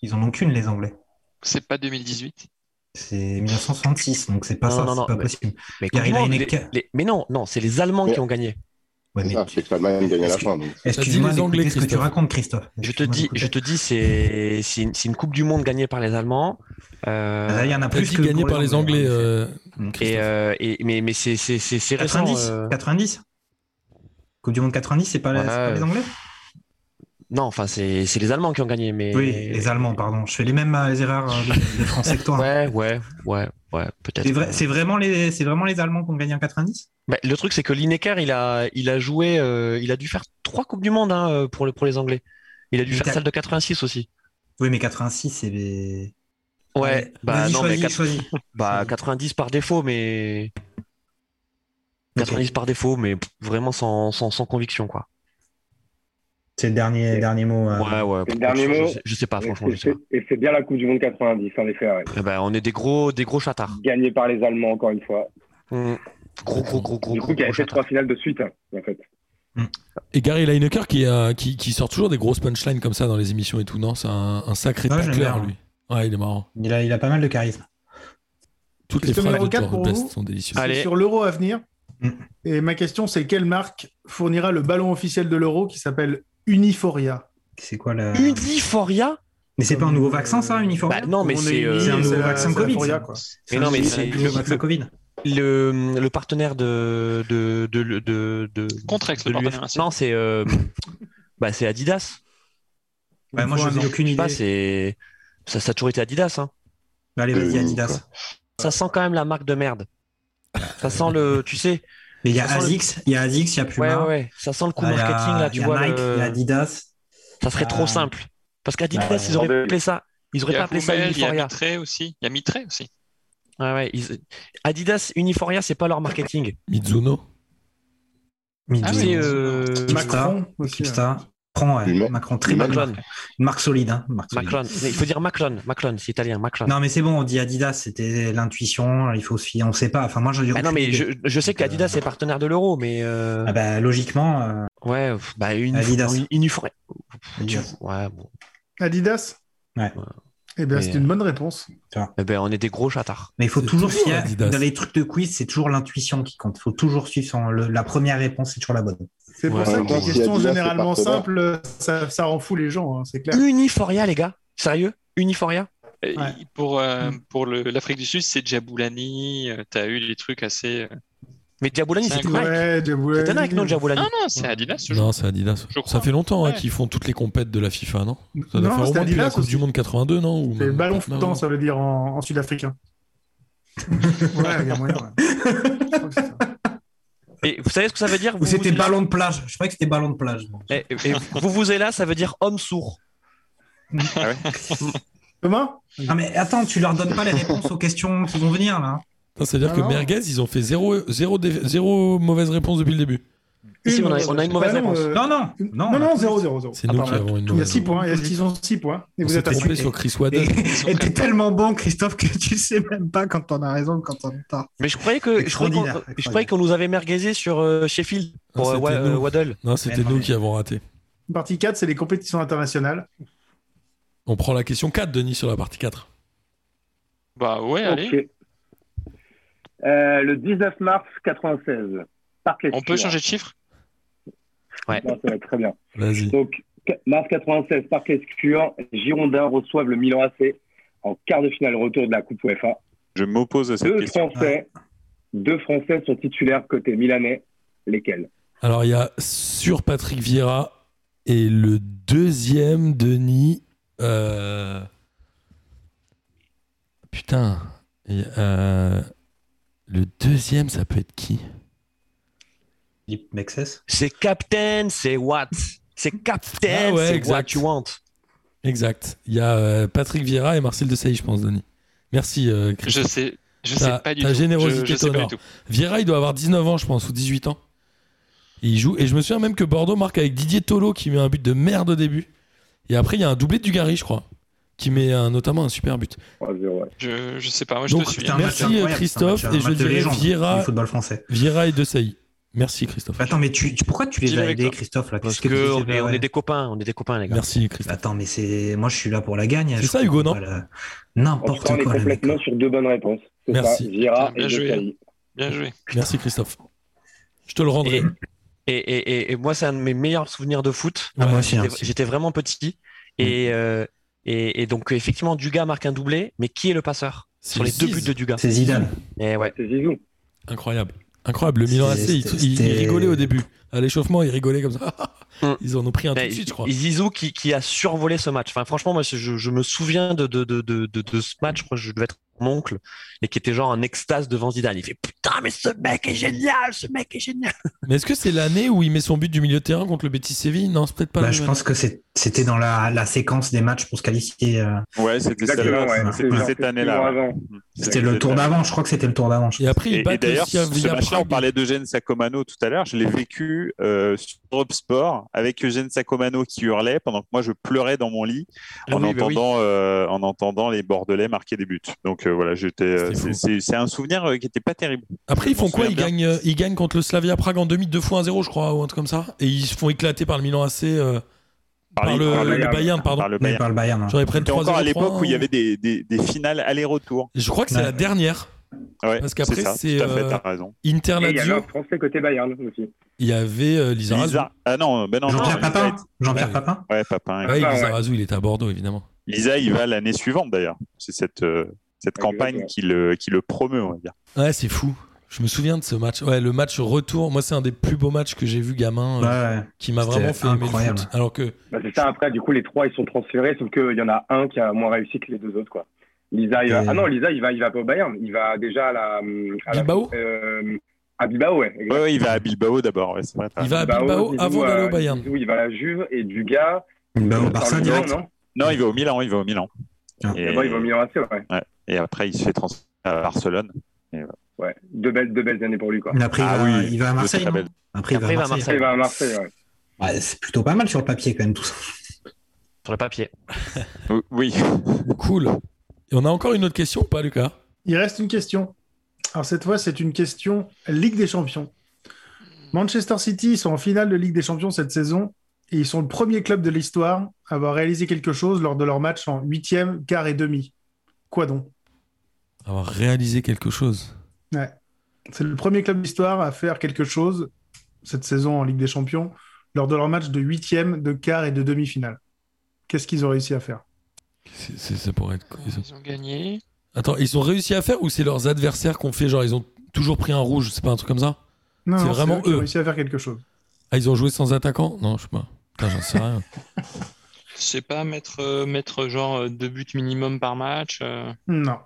[SPEAKER 8] Ils en ont qu'une, les Anglais.
[SPEAKER 9] C'est pas 2018.
[SPEAKER 8] C'est 1966, donc c'est pas
[SPEAKER 10] Non,
[SPEAKER 8] ça,
[SPEAKER 10] non,
[SPEAKER 8] c'est
[SPEAKER 10] non,
[SPEAKER 8] pas
[SPEAKER 10] mais-
[SPEAKER 8] possible.
[SPEAKER 10] Mais,
[SPEAKER 8] Gary
[SPEAKER 10] Coupe du Monde,
[SPEAKER 8] Lineker.
[SPEAKER 10] les- les- mais non, non, c'est les Allemands
[SPEAKER 7] Mais-
[SPEAKER 10] qui ont gagné.
[SPEAKER 8] Ouais,
[SPEAKER 7] C'est
[SPEAKER 8] mais
[SPEAKER 7] ça, c'est que l'Allemagne gagne à la fin. donc.
[SPEAKER 8] excuse-moi,
[SPEAKER 5] les
[SPEAKER 8] mais
[SPEAKER 5] Anglais,
[SPEAKER 8] qu'est-ce que tu
[SPEAKER 5] Christophe.
[SPEAKER 8] racontes, Christophe
[SPEAKER 10] Je te dis, je te dis, c'est c'est une, c'est une Coupe du Monde gagnée par les Allemands. Euh,
[SPEAKER 8] Là, Ah, il y en a
[SPEAKER 5] T'as
[SPEAKER 8] plus
[SPEAKER 5] dit
[SPEAKER 8] que
[SPEAKER 5] gagné
[SPEAKER 8] pour
[SPEAKER 5] par les Anglais. euh,
[SPEAKER 10] et,
[SPEAKER 5] Christophe.
[SPEAKER 10] euh, et- mais mais c'est c'est c'est c'est récent.
[SPEAKER 8] 90,
[SPEAKER 10] euh,
[SPEAKER 8] 90. Coupe du Monde 90, c'est pas, la-
[SPEAKER 10] Ouais.
[SPEAKER 8] c'est pas les Anglais
[SPEAKER 10] Non, enfin, c'est c'est les Allemands qui ont gagné, mais.
[SPEAKER 8] Oui, les Allemands, pardon. Je fais les mêmes euh, erreurs euh, des des Français que toi.
[SPEAKER 10] Ouais, ouais, ouais, ouais, peut-être. euh,
[SPEAKER 8] C'est vrai- c'est vraiment, les- c'est vraiment les Allemands qui ont gagné en 90
[SPEAKER 10] Bah, le truc, c'est que Lineker, il a, il a joué, euh, il a dû faire trois Coupes du Monde hein, euh, pour, le, pour les Anglais. Il a dû
[SPEAKER 8] Mais
[SPEAKER 10] faire
[SPEAKER 8] t'as-
[SPEAKER 10] celle de 86 aussi.
[SPEAKER 8] Oui, mais 86, c'est. des-
[SPEAKER 10] Ouais, bah
[SPEAKER 8] Vas-y,
[SPEAKER 10] non,
[SPEAKER 8] choisis,
[SPEAKER 10] mais quatre-
[SPEAKER 8] choisis.
[SPEAKER 10] bah, 90 par défaut, mais. 90 par défaut, mais pff, vraiment sans, sans, sans conviction, quoi.
[SPEAKER 8] C'est le dernier, dernier mot. euh.
[SPEAKER 10] Ouais, ouais.
[SPEAKER 4] C'est le dernier
[SPEAKER 10] je,
[SPEAKER 4] mot.
[SPEAKER 10] sais- je sais pas,
[SPEAKER 4] Et
[SPEAKER 10] Ah, franchement, je
[SPEAKER 4] c'est-
[SPEAKER 10] sais
[SPEAKER 4] c'est- Et c'est bien la Coupe du Monde 90, en effet. ouais.
[SPEAKER 10] pas. Eh ben, on est des gros, des gros châtards.
[SPEAKER 4] Gagné par les Allemands, encore une fois.
[SPEAKER 10] Mm. Gros, gros, gros, gros,
[SPEAKER 4] Du
[SPEAKER 10] gros,
[SPEAKER 4] coup,
[SPEAKER 10] gros
[SPEAKER 4] qui avait fait
[SPEAKER 10] châtards.
[SPEAKER 4] trois finales de suite, hein, en fait.
[SPEAKER 5] Et Gary Lineker qui, euh, qui, qui sort toujours des grosses punchlines comme ça dans les émissions et tout, non C'est un, un sacré
[SPEAKER 8] Ouais, j'aime
[SPEAKER 5] tacleur,
[SPEAKER 8] bien.
[SPEAKER 5] lui. Ouais, il est marrant.
[SPEAKER 8] Il, a, il a pas mal de charisme.
[SPEAKER 5] Toutes les
[SPEAKER 3] Question
[SPEAKER 5] phrases de
[SPEAKER 3] numéro quatre
[SPEAKER 5] Torres
[SPEAKER 3] pour
[SPEAKER 5] Best
[SPEAKER 3] vous Ah,
[SPEAKER 5] sont délicieuses.
[SPEAKER 10] Allez.
[SPEAKER 3] C'est sur l'euro à venir.
[SPEAKER 8] Mm.
[SPEAKER 3] Et ma question, c'est quelle marque fournira le ballon officiel de l'euro qui s'appelle Uniforia
[SPEAKER 8] C'est quoi la.
[SPEAKER 10] Uniforia
[SPEAKER 8] Mais c'est pas un nouveau vaccin, ça, uniforme
[SPEAKER 10] Bah, non, mais
[SPEAKER 3] Comme on
[SPEAKER 10] c'est.
[SPEAKER 3] est
[SPEAKER 10] euh,
[SPEAKER 3] unis,
[SPEAKER 8] c'est un
[SPEAKER 3] c'est
[SPEAKER 8] nouveau
[SPEAKER 3] la-
[SPEAKER 8] vaccin
[SPEAKER 3] c'est la
[SPEAKER 8] Covid,
[SPEAKER 3] Foria,
[SPEAKER 8] ça.
[SPEAKER 3] quoi.
[SPEAKER 10] mais non, mais c'est.
[SPEAKER 8] le nouveau vaccin Covid.
[SPEAKER 10] le, le partenaire de de de de, de
[SPEAKER 9] Contrex,
[SPEAKER 10] de
[SPEAKER 9] le hein.
[SPEAKER 10] l'UEFA.
[SPEAKER 9] partenaire, c'est-
[SPEAKER 10] non c'est euh, bah c'est Adidas
[SPEAKER 8] Ouais, moi, je
[SPEAKER 3] Foria,
[SPEAKER 8] n'ai
[SPEAKER 3] non.
[SPEAKER 8] aucune
[SPEAKER 10] je sais
[SPEAKER 8] idée.
[SPEAKER 10] pas c'est ça, ça a toujours été Adidas hein.
[SPEAKER 8] Bah, allez, vas-y,
[SPEAKER 7] Euh,
[SPEAKER 8] Adidas.
[SPEAKER 10] ça sent quand même la marque de merde ça sent le tu sais
[SPEAKER 8] Mais il y a
[SPEAKER 10] Ça sent le-
[SPEAKER 8] Asics, il y a Asics, il y a
[SPEAKER 10] ouais
[SPEAKER 8] Puma.
[SPEAKER 10] ouais, ouais. ça sent le coup
[SPEAKER 8] il y a-
[SPEAKER 10] marketing là
[SPEAKER 8] il
[SPEAKER 10] tu
[SPEAKER 8] y a
[SPEAKER 10] vois
[SPEAKER 8] Nike,
[SPEAKER 10] le-
[SPEAKER 8] il y a Adidas.
[SPEAKER 10] ça serait
[SPEAKER 8] Ah.
[SPEAKER 10] trop simple parce qu'Adidas
[SPEAKER 8] Ah,
[SPEAKER 10] ils auraient
[SPEAKER 4] bordel.
[SPEAKER 10] appelé ça ils
[SPEAKER 9] Il
[SPEAKER 10] auraient
[SPEAKER 9] y
[SPEAKER 10] pas
[SPEAKER 9] a
[SPEAKER 10] appelé ça
[SPEAKER 9] Roumel, il y a
[SPEAKER 10] Uniforia
[SPEAKER 9] Mitré aussi. Il y a Mitré aussi.
[SPEAKER 10] ouais, ouais, ils- Adidas Uniforia c'est pas leur marketing
[SPEAKER 5] Mizuno.
[SPEAKER 9] Ah
[SPEAKER 10] c'est
[SPEAKER 9] oui.
[SPEAKER 10] euh, hein.
[SPEAKER 3] Macron aussi. ouais.
[SPEAKER 8] Kipsta. Macron, ouais.
[SPEAKER 7] Une-
[SPEAKER 8] Macron, très bonne
[SPEAKER 10] Macron.
[SPEAKER 8] marque. Une marque solide. Hein. une marque solide.
[SPEAKER 10] Macron il faut dire Macron Macron c'est italien Macron
[SPEAKER 8] Non, mais c'est bon, on dit Adidas, c'était l'intuition, il faut se fier, on sait pas. Enfin, moi, je
[SPEAKER 10] Ah non mais je, je sais
[SPEAKER 8] Donc,
[SPEAKER 10] qu'Adidas
[SPEAKER 8] euh,
[SPEAKER 10] est partenaire de l'euro mais euh,
[SPEAKER 8] Ah bah, logiquement, euh,
[SPEAKER 10] Ouais, pff, bah une
[SPEAKER 8] Adidas.
[SPEAKER 10] une- une uniforme.
[SPEAKER 8] Adidas.
[SPEAKER 10] Ouais, bon.
[SPEAKER 3] Adidas
[SPEAKER 8] Ouais.
[SPEAKER 3] Eh bien,
[SPEAKER 10] Mais,
[SPEAKER 3] c'est
[SPEAKER 10] euh,
[SPEAKER 3] une bonne réponse.
[SPEAKER 10] Eh ben, on est des gros châtards.
[SPEAKER 8] mais il faut
[SPEAKER 5] C'est
[SPEAKER 8] toujours
[SPEAKER 5] toujours
[SPEAKER 8] fier.
[SPEAKER 5] Adidas.
[SPEAKER 8] Dans les trucs de quiz, c'est toujours l'intuition qui compte. Il faut toujours suivre son- le- la première réponse, c'est toujours la bonne.
[SPEAKER 3] C'est pour
[SPEAKER 10] Ouais,
[SPEAKER 3] ça
[SPEAKER 10] en
[SPEAKER 3] que
[SPEAKER 10] même
[SPEAKER 3] les
[SPEAKER 10] temps,
[SPEAKER 7] si
[SPEAKER 3] questions
[SPEAKER 7] Adidas est
[SPEAKER 3] généralement
[SPEAKER 7] partenaire-
[SPEAKER 3] simples, ça, ça rend fou les gens, hein, c'est clair.
[SPEAKER 10] Uniforia, les gars. Sérieux Uniforia
[SPEAKER 9] Et
[SPEAKER 3] Ouais.
[SPEAKER 9] Pour, euh, pour le- l'Afrique du Sud, c'est Djaboulani. euh, T'as eu des trucs assez. euh,
[SPEAKER 10] Mais Diabolani,
[SPEAKER 9] C'est
[SPEAKER 10] c'était Nike.
[SPEAKER 3] Ouais, Djaboulani.
[SPEAKER 10] C'était Nike, Ah non, Diabolani
[SPEAKER 9] Ah Non, non, c'est Adidas. ce
[SPEAKER 5] Non,
[SPEAKER 9] jour.
[SPEAKER 5] c'est Adidas.
[SPEAKER 9] Je crois.
[SPEAKER 5] Ça fait longtemps hein,
[SPEAKER 9] Ouais.
[SPEAKER 5] qu'ils font toutes les compètes de la FIFA, non Ça doit
[SPEAKER 3] Non, c'était
[SPEAKER 5] faire au moins depuis la
[SPEAKER 3] Adidas
[SPEAKER 5] Coupe
[SPEAKER 3] aussi.
[SPEAKER 5] du Monde 82, non Ou
[SPEAKER 3] C'est
[SPEAKER 5] même-
[SPEAKER 3] ballon
[SPEAKER 5] non,
[SPEAKER 3] flottant,
[SPEAKER 5] non.
[SPEAKER 3] ça veut dire en, en sud-africain. ouais, il y a moyen. ouais. Je crois que c'est ça.
[SPEAKER 10] Et vous savez ce que ça veut dire
[SPEAKER 8] Ou
[SPEAKER 10] Vous
[SPEAKER 8] c'était
[SPEAKER 10] vous-
[SPEAKER 8] ballon de plage. Je croyais que c'était ballon de plage.
[SPEAKER 10] Eh, eh, vous vous êtes là, ça veut dire homme sourd.
[SPEAKER 3] Comment
[SPEAKER 8] Non, mais attends, tu leur donnes pas les réponses aux questions qui vont venir, là.
[SPEAKER 5] Ça, C'est-à-dire
[SPEAKER 3] Ah
[SPEAKER 5] que
[SPEAKER 3] non.
[SPEAKER 5] Merguez, ils ont fait zéro, zéro, dé- zéro mauvaise réponse depuis le début.
[SPEAKER 10] Si, on a- on a une mauvaise
[SPEAKER 3] Bah
[SPEAKER 10] réponse.
[SPEAKER 3] euh,
[SPEAKER 8] Non, non.
[SPEAKER 3] une-
[SPEAKER 8] Non,
[SPEAKER 3] Non,
[SPEAKER 8] on a
[SPEAKER 3] non,
[SPEAKER 8] tous-
[SPEAKER 3] 0, 0, 0.
[SPEAKER 5] C'est nous qui
[SPEAKER 10] pardon.
[SPEAKER 5] avons une
[SPEAKER 3] Il y a
[SPEAKER 5] mauvaise
[SPEAKER 3] 6
[SPEAKER 5] réponse.
[SPEAKER 3] points. Est-ce qu'ils ont 6 points Et
[SPEAKER 5] On
[SPEAKER 3] vous
[SPEAKER 5] s'est
[SPEAKER 3] êtes à
[SPEAKER 5] trompé
[SPEAKER 3] cinq.
[SPEAKER 5] sur Chris Waddle.
[SPEAKER 8] Et t'es tellement bon, Christophe, que tu sais même pas quand on a raison ou quand on a tort.
[SPEAKER 10] Mais je croyais que je croyais qu'on
[SPEAKER 8] Extraordinaire,
[SPEAKER 10] je croyais qu'on nous avait merguezé sur euh, Sheffield pour
[SPEAKER 5] Ah,
[SPEAKER 10] euh,
[SPEAKER 5] c'était
[SPEAKER 10] Wa- euh,
[SPEAKER 5] nous.
[SPEAKER 10] Waddle.
[SPEAKER 5] Non, c'était
[SPEAKER 8] Mais non,
[SPEAKER 5] nous
[SPEAKER 8] mais-
[SPEAKER 5] qui avons raté.
[SPEAKER 3] Partie 4, c'est les compétitions internationales.
[SPEAKER 5] On prend la question 4, Denis, sur la partie 4.
[SPEAKER 9] Bah ouais, allez.
[SPEAKER 4] Ok. Euh, le 19 mars 96, Parc
[SPEAKER 9] On peut changer de chiffre
[SPEAKER 4] Très bien.
[SPEAKER 5] Vas-y.
[SPEAKER 4] Donc, qu- mars 96, Parc Lescure, Girondins reçoivent le Milan AC en quart de finale retour de la Coupe UEFA.
[SPEAKER 6] Je m'oppose à cette
[SPEAKER 4] Deux
[SPEAKER 6] question.
[SPEAKER 4] Français, deux Français sont titulaires côté milanais. Lesquels
[SPEAKER 5] Alors, il y a sur Patrick Vieira et le deuxième, Denis. euh, Putain. Et, euh, Le deuxième, ça peut être qui
[SPEAKER 8] Philippe Mexès.
[SPEAKER 10] C'est Captain, c'est what C'est Captain,
[SPEAKER 5] Ah ouais,
[SPEAKER 10] c'est what
[SPEAKER 5] exact.
[SPEAKER 10] you want.
[SPEAKER 5] Exact. Il y a euh, Patrick Vieira et Marcel Desailly, je pense, Denis. Merci, euh, Chris.
[SPEAKER 9] Je sais, je
[SPEAKER 5] Ta-
[SPEAKER 9] sais pas du
[SPEAKER 5] ta
[SPEAKER 9] tout. Je-
[SPEAKER 5] générosité
[SPEAKER 9] je sais pas du
[SPEAKER 5] t'honore.
[SPEAKER 9] tout.
[SPEAKER 5] Vieira, il doit avoir 19 ans, je pense, ou 18 ans. Et il joue. Et je me souviens même que Bordeaux marque avec Didier Tolo qui met un but de merde au début. Et après, il y a un doublé de Dugarry, je crois, qui met un- notamment un super but.
[SPEAKER 4] 3-0, ouais.
[SPEAKER 9] Je, je sais pas, moi je
[SPEAKER 5] Donc,
[SPEAKER 9] te suis.
[SPEAKER 8] Putain,
[SPEAKER 9] hein.
[SPEAKER 5] merci,
[SPEAKER 8] match incroyable,
[SPEAKER 5] Christophe,
[SPEAKER 8] c'est un match,
[SPEAKER 5] et je
[SPEAKER 8] un match de
[SPEAKER 5] dirais
[SPEAKER 8] légende
[SPEAKER 5] Vieira-
[SPEAKER 8] du football français.
[SPEAKER 5] Vieira et Desailly. Merci, Christophe.
[SPEAKER 8] Attends, mais tu, tu- pourquoi tu les
[SPEAKER 9] Dis-le
[SPEAKER 8] as
[SPEAKER 9] avec
[SPEAKER 8] aidés,
[SPEAKER 9] toi.
[SPEAKER 8] Christophe là
[SPEAKER 10] Parce
[SPEAKER 8] Qu'est-ce que
[SPEAKER 10] que
[SPEAKER 8] vous
[SPEAKER 10] on
[SPEAKER 8] bah dites,
[SPEAKER 10] est, on
[SPEAKER 8] ouais.
[SPEAKER 10] est des copains, on est des copains, les gars.
[SPEAKER 5] Merci, Christophe.
[SPEAKER 8] Attends, mais c'est moi, je suis là pour la gagne.
[SPEAKER 5] C'est
[SPEAKER 8] je
[SPEAKER 5] ça,
[SPEAKER 8] comprends
[SPEAKER 5] Hugo, non
[SPEAKER 8] pas le-
[SPEAKER 4] En tout
[SPEAKER 8] N'importe
[SPEAKER 4] cas, on est
[SPEAKER 8] quoi. le mec.
[SPEAKER 4] complètement sur deux bonnes réponses. C'est
[SPEAKER 5] Merci.
[SPEAKER 4] ça, Vira
[SPEAKER 9] Putain,
[SPEAKER 4] et
[SPEAKER 9] bien joué.
[SPEAKER 4] Desailly.
[SPEAKER 9] Bien joué.
[SPEAKER 5] Merci, Christophe. Je te le rendrai.
[SPEAKER 10] Et, et, et- et- et moi, c'est un de mes meilleurs souvenirs de foot.
[SPEAKER 8] Ah, moi aussi, hein.
[SPEAKER 10] J'étais- J'étais vraiment petit. Et, euh, et, et donc, effectivement, Duga marque un doublé. Mais qui est le passeur
[SPEAKER 5] C'est
[SPEAKER 10] Sur les deux
[SPEAKER 5] Ziz.
[SPEAKER 10] buts de Duga.
[SPEAKER 8] C'est Zidane.
[SPEAKER 10] Et ouais.
[SPEAKER 4] C'est Zizou.
[SPEAKER 5] Incroyable. Incroyable. Le Milan AC,
[SPEAKER 8] C'était-
[SPEAKER 5] il, il- il
[SPEAKER 8] c'était-
[SPEAKER 5] rigolait au début. À l'échauffement, il rigolait comme ça. Ils en ont pris un tout
[SPEAKER 10] Mm. Mais
[SPEAKER 5] de suite, je crois.
[SPEAKER 10] Zizou qui, qui a survolé ce match. Enfin, franchement, moi, je, je me souviens de, de, de, de, de- de ce match. Je crois que je devais être mon oncle et qui était genre en extase devant Zidane. Il fait putain, mais ce mec est génial, ce mec est génial.
[SPEAKER 5] Mais est-ce que c'est l'année où il met son but du milieu de terrain contre le Betis Séville Non, c'est peut-être pas.
[SPEAKER 8] Bah,
[SPEAKER 5] la
[SPEAKER 8] je
[SPEAKER 5] même
[SPEAKER 8] pense
[SPEAKER 5] année.
[SPEAKER 8] que c'est- c'était dans la, la séquence des matchs pour se qualifier. euh,
[SPEAKER 6] Ouais, c'était
[SPEAKER 4] Exactement,
[SPEAKER 6] celle-là,
[SPEAKER 4] ouais.
[SPEAKER 6] c'était
[SPEAKER 4] C'est
[SPEAKER 6] cette
[SPEAKER 4] genre
[SPEAKER 6] année-là.
[SPEAKER 4] six mois avant.
[SPEAKER 8] C'était le tour d'avant, je crois que c'était le tour d'avant. je
[SPEAKER 5] Et après, il
[SPEAKER 6] Et,
[SPEAKER 5] bat
[SPEAKER 6] et d'ailleurs,
[SPEAKER 5] aussi à
[SPEAKER 6] ce
[SPEAKER 5] Villa
[SPEAKER 6] match-là, on
[SPEAKER 5] Prague.
[SPEAKER 6] parlait d'Eugène Sacomano tout à l'heure. Je l'ai vécu euh, sur Europe Sport avec Eugène Sacomano qui hurlait pendant que moi je pleurais dans mon lit
[SPEAKER 10] Ah
[SPEAKER 6] en,
[SPEAKER 10] oui, bah oui.
[SPEAKER 6] entendant, euh, en entendant les Bordelais marquer des buts. Donc euh, voilà, j'étais. euh,
[SPEAKER 5] C'était
[SPEAKER 6] c'est-
[SPEAKER 5] fou.
[SPEAKER 6] C'est c'est un souvenir euh, qui n'était pas terrible.
[SPEAKER 5] Après, ils
[SPEAKER 6] Je m'en
[SPEAKER 5] font quoi ils
[SPEAKER 6] souviens
[SPEAKER 5] gagnent, euh, ils gagnent contre le Slavia Prague en demi, 2 fois 1-0, je crois, ou un truc comme ça. Et ils se font éclater par le Milan AC, euh, par,
[SPEAKER 6] Par
[SPEAKER 5] le,
[SPEAKER 6] le- par
[SPEAKER 5] le
[SPEAKER 4] le
[SPEAKER 5] Bayern,
[SPEAKER 4] Bayern.
[SPEAKER 5] pardon.
[SPEAKER 6] Par le
[SPEAKER 8] Mais
[SPEAKER 6] Bayern.
[SPEAKER 8] par le Bayern. hein.
[SPEAKER 5] Genre, ils prennent
[SPEAKER 6] C'était
[SPEAKER 5] 3
[SPEAKER 6] encore à l'époque où
[SPEAKER 5] hein.
[SPEAKER 6] il y avait des, des, des finales aller-retour.
[SPEAKER 5] Je crois que c'est
[SPEAKER 8] Ouais.
[SPEAKER 5] la dernière.
[SPEAKER 6] Ouais,
[SPEAKER 5] Parce qu'après,
[SPEAKER 6] c'est ça,
[SPEAKER 5] c'est,
[SPEAKER 6] Tout à fait,
[SPEAKER 5] euh,
[SPEAKER 6] t'as raison.
[SPEAKER 5] Inter
[SPEAKER 4] Et il y avait
[SPEAKER 5] Lazio,
[SPEAKER 4] un Français côté Bayern aussi.
[SPEAKER 5] il y avait euh, Lizarazu.
[SPEAKER 6] Lisa. Ah non, ben non,
[SPEAKER 8] Jean-Pierre
[SPEAKER 6] non, Lisa
[SPEAKER 8] Papin.
[SPEAKER 6] est-
[SPEAKER 8] Jean-Pierre
[SPEAKER 5] Ouais.
[SPEAKER 8] Papin.
[SPEAKER 6] Ouais,
[SPEAKER 5] Ouais,
[SPEAKER 6] Papin.
[SPEAKER 4] Ah, ouais.
[SPEAKER 5] Lizarazu, il était à Bordeaux, évidemment.
[SPEAKER 6] Lisa, il va l'année suivante d'ailleurs. C'est cette, euh, cette
[SPEAKER 4] Exactement.
[SPEAKER 6] campagne qui le, qui le promeut, on va dire.
[SPEAKER 5] Ouais, c'est fou. Je me souviens de ce match. Ouais, le match retour. Moi, c'est un des plus beaux matchs que j'ai vu gamin,
[SPEAKER 8] Ouais,
[SPEAKER 5] euh,
[SPEAKER 8] ouais.
[SPEAKER 5] qui m'a
[SPEAKER 8] C'était
[SPEAKER 5] vraiment fait aimer le
[SPEAKER 8] incroyable.
[SPEAKER 5] foot. Alors que
[SPEAKER 4] Bah, c'est ça, après, du coup, les trois, ils sont transférés, sauf qu'il y en a un qui a moins réussi que les deux autres, quoi. Lisa, il va...
[SPEAKER 8] Et-
[SPEAKER 4] Ah non, Lisa, il va, il va pas au Bayern. Il va déjà à la. hum, À la-
[SPEAKER 5] Bilbao
[SPEAKER 4] euh, À Bilbao, ouais. exact.
[SPEAKER 6] Ouais, ouais, il va à Bilbao d'abord. ouais, c'est vrai, t'as
[SPEAKER 5] il va à
[SPEAKER 4] Bilbao,
[SPEAKER 5] Bilbao
[SPEAKER 4] Zizou,
[SPEAKER 5] avant
[SPEAKER 4] euh,
[SPEAKER 5] d'aller au Bayern.
[SPEAKER 4] Zizou, il va à la Juve et du gars.
[SPEAKER 8] Bah,
[SPEAKER 4] il
[SPEAKER 8] au
[SPEAKER 4] va
[SPEAKER 8] Barça
[SPEAKER 4] par le Milan,
[SPEAKER 8] direct.
[SPEAKER 4] non
[SPEAKER 6] Non, il va au Milan, il va au Milan.
[SPEAKER 8] Ah.
[SPEAKER 6] Et,
[SPEAKER 4] D'abord, il va au Milan AC, ouais.
[SPEAKER 6] et après, il se fait transférer à Barcelone.
[SPEAKER 4] Ouais, deux belles, deux belles années pour lui, quoi.
[SPEAKER 8] Mais après,
[SPEAKER 6] Ah
[SPEAKER 8] il, va,
[SPEAKER 6] oui,
[SPEAKER 8] il va à
[SPEAKER 6] de
[SPEAKER 8] Marseille.
[SPEAKER 6] très
[SPEAKER 8] non
[SPEAKER 6] belles-
[SPEAKER 8] Après,
[SPEAKER 10] Après,
[SPEAKER 8] il va à Marseille.
[SPEAKER 4] Il va à Marseille, ouais.
[SPEAKER 8] Ouais, c'est plutôt pas mal sur le papier, quand même, tout ça.
[SPEAKER 10] Sur le papier.
[SPEAKER 6] Ou- Oui.
[SPEAKER 5] Cool. Et on a encore une autre question ou pas, Lucas
[SPEAKER 3] Il reste une question. Alors cette fois, c'est une question Ligue des Champions. Manchester City ils sont en finale de Ligue des Champions cette saison et ils sont le premier club de l'histoire à avoir réalisé quelque chose lors de leur match en huitième, quart et demi. Quoi donc
[SPEAKER 5] Avoir réalisé quelque chose.
[SPEAKER 3] Ouais. C'est le premier club d'histoire à faire quelque chose cette saison en Ligue des Champions lors de leur match de huitième, de quart et de demi-finale. Qu'est-ce qu'ils ont réussi à faire
[SPEAKER 5] C'est- c'est- ça pourrait être. quoi Ils ont-
[SPEAKER 9] Ils ont gagné.
[SPEAKER 5] Attends, ils ont réussi à faire ou c'est leurs adversaires qu'on fait genre ils ont toujours pris un rouge, c'est pas un truc comme ça
[SPEAKER 3] Non,
[SPEAKER 5] C'est
[SPEAKER 3] non,
[SPEAKER 5] vraiment
[SPEAKER 3] qui ont
[SPEAKER 5] eux.
[SPEAKER 3] réussi à faire quelque chose.
[SPEAKER 5] Ah, ils ont joué sans attaquant Non, je sais pas. Putain, j'en sais rien.
[SPEAKER 9] Je sais pas, mettre, euh, mettre genre euh, deux buts minimum par match. euh,
[SPEAKER 3] Non.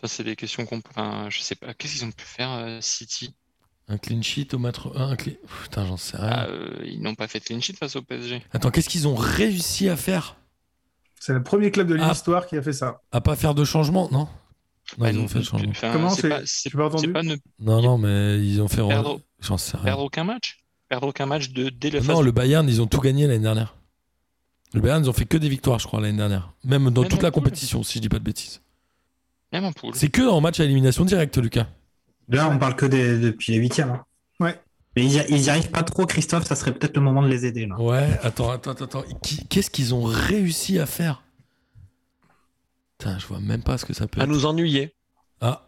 [SPEAKER 9] ça, c'est des questions qu'on peut. enfin, je sais pas. Qu'est-ce qu'ils ont pu faire, euh, City?
[SPEAKER 5] Un clean sheet au match 1, un clean... Putain, j'en sais rien.
[SPEAKER 9] Ah, euh, ils n'ont pas fait de clean sheet face au PSG.
[SPEAKER 5] Attends, qu'est-ce qu'ils ont réussi à faire
[SPEAKER 3] C'est le premier club de
[SPEAKER 5] Ah.
[SPEAKER 3] l'histoire qui a fait ça.
[SPEAKER 5] À pas faire de changement, non Non,
[SPEAKER 9] Bah,
[SPEAKER 5] ils ont
[SPEAKER 9] non,
[SPEAKER 5] fait le changement.
[SPEAKER 9] enfin,
[SPEAKER 3] Comment
[SPEAKER 9] c'est
[SPEAKER 3] c'est-
[SPEAKER 9] pas, c'est-
[SPEAKER 3] tu m'as entendu
[SPEAKER 9] c'est pas ne
[SPEAKER 5] Non, non, mais ils ont fait...
[SPEAKER 9] Perdre-
[SPEAKER 5] J'en sais rien.
[SPEAKER 9] perdre aucun match. Perdre aucun match de, dès la
[SPEAKER 5] Non,
[SPEAKER 9] phase-
[SPEAKER 5] le Bayern, ils ont tout gagné l'année dernière. Le Bayern, ils ont fait que des victoires, je crois, l'année dernière. Même dans
[SPEAKER 9] Même
[SPEAKER 5] toute
[SPEAKER 9] en
[SPEAKER 5] la
[SPEAKER 9] poule.
[SPEAKER 5] compétition, si je dis pas de bêtises.
[SPEAKER 9] Même en poule.
[SPEAKER 5] C'est que en match à élimination directe, Lucas.
[SPEAKER 8] Là, on parle que des- depuis les huitièmes. hein.
[SPEAKER 3] Ouais.
[SPEAKER 8] Mais ils y, ils y arrivent pas trop, Christophe, ça serait peut-être le moment de les aider. Là.
[SPEAKER 5] Ouais, attends, attends, attends. attends. Qui- Qu'est-ce qu'ils ont réussi à faire Putain, je vois même pas ce que ça peut
[SPEAKER 10] À
[SPEAKER 5] être.
[SPEAKER 10] nous ennuyer.
[SPEAKER 5] Ah.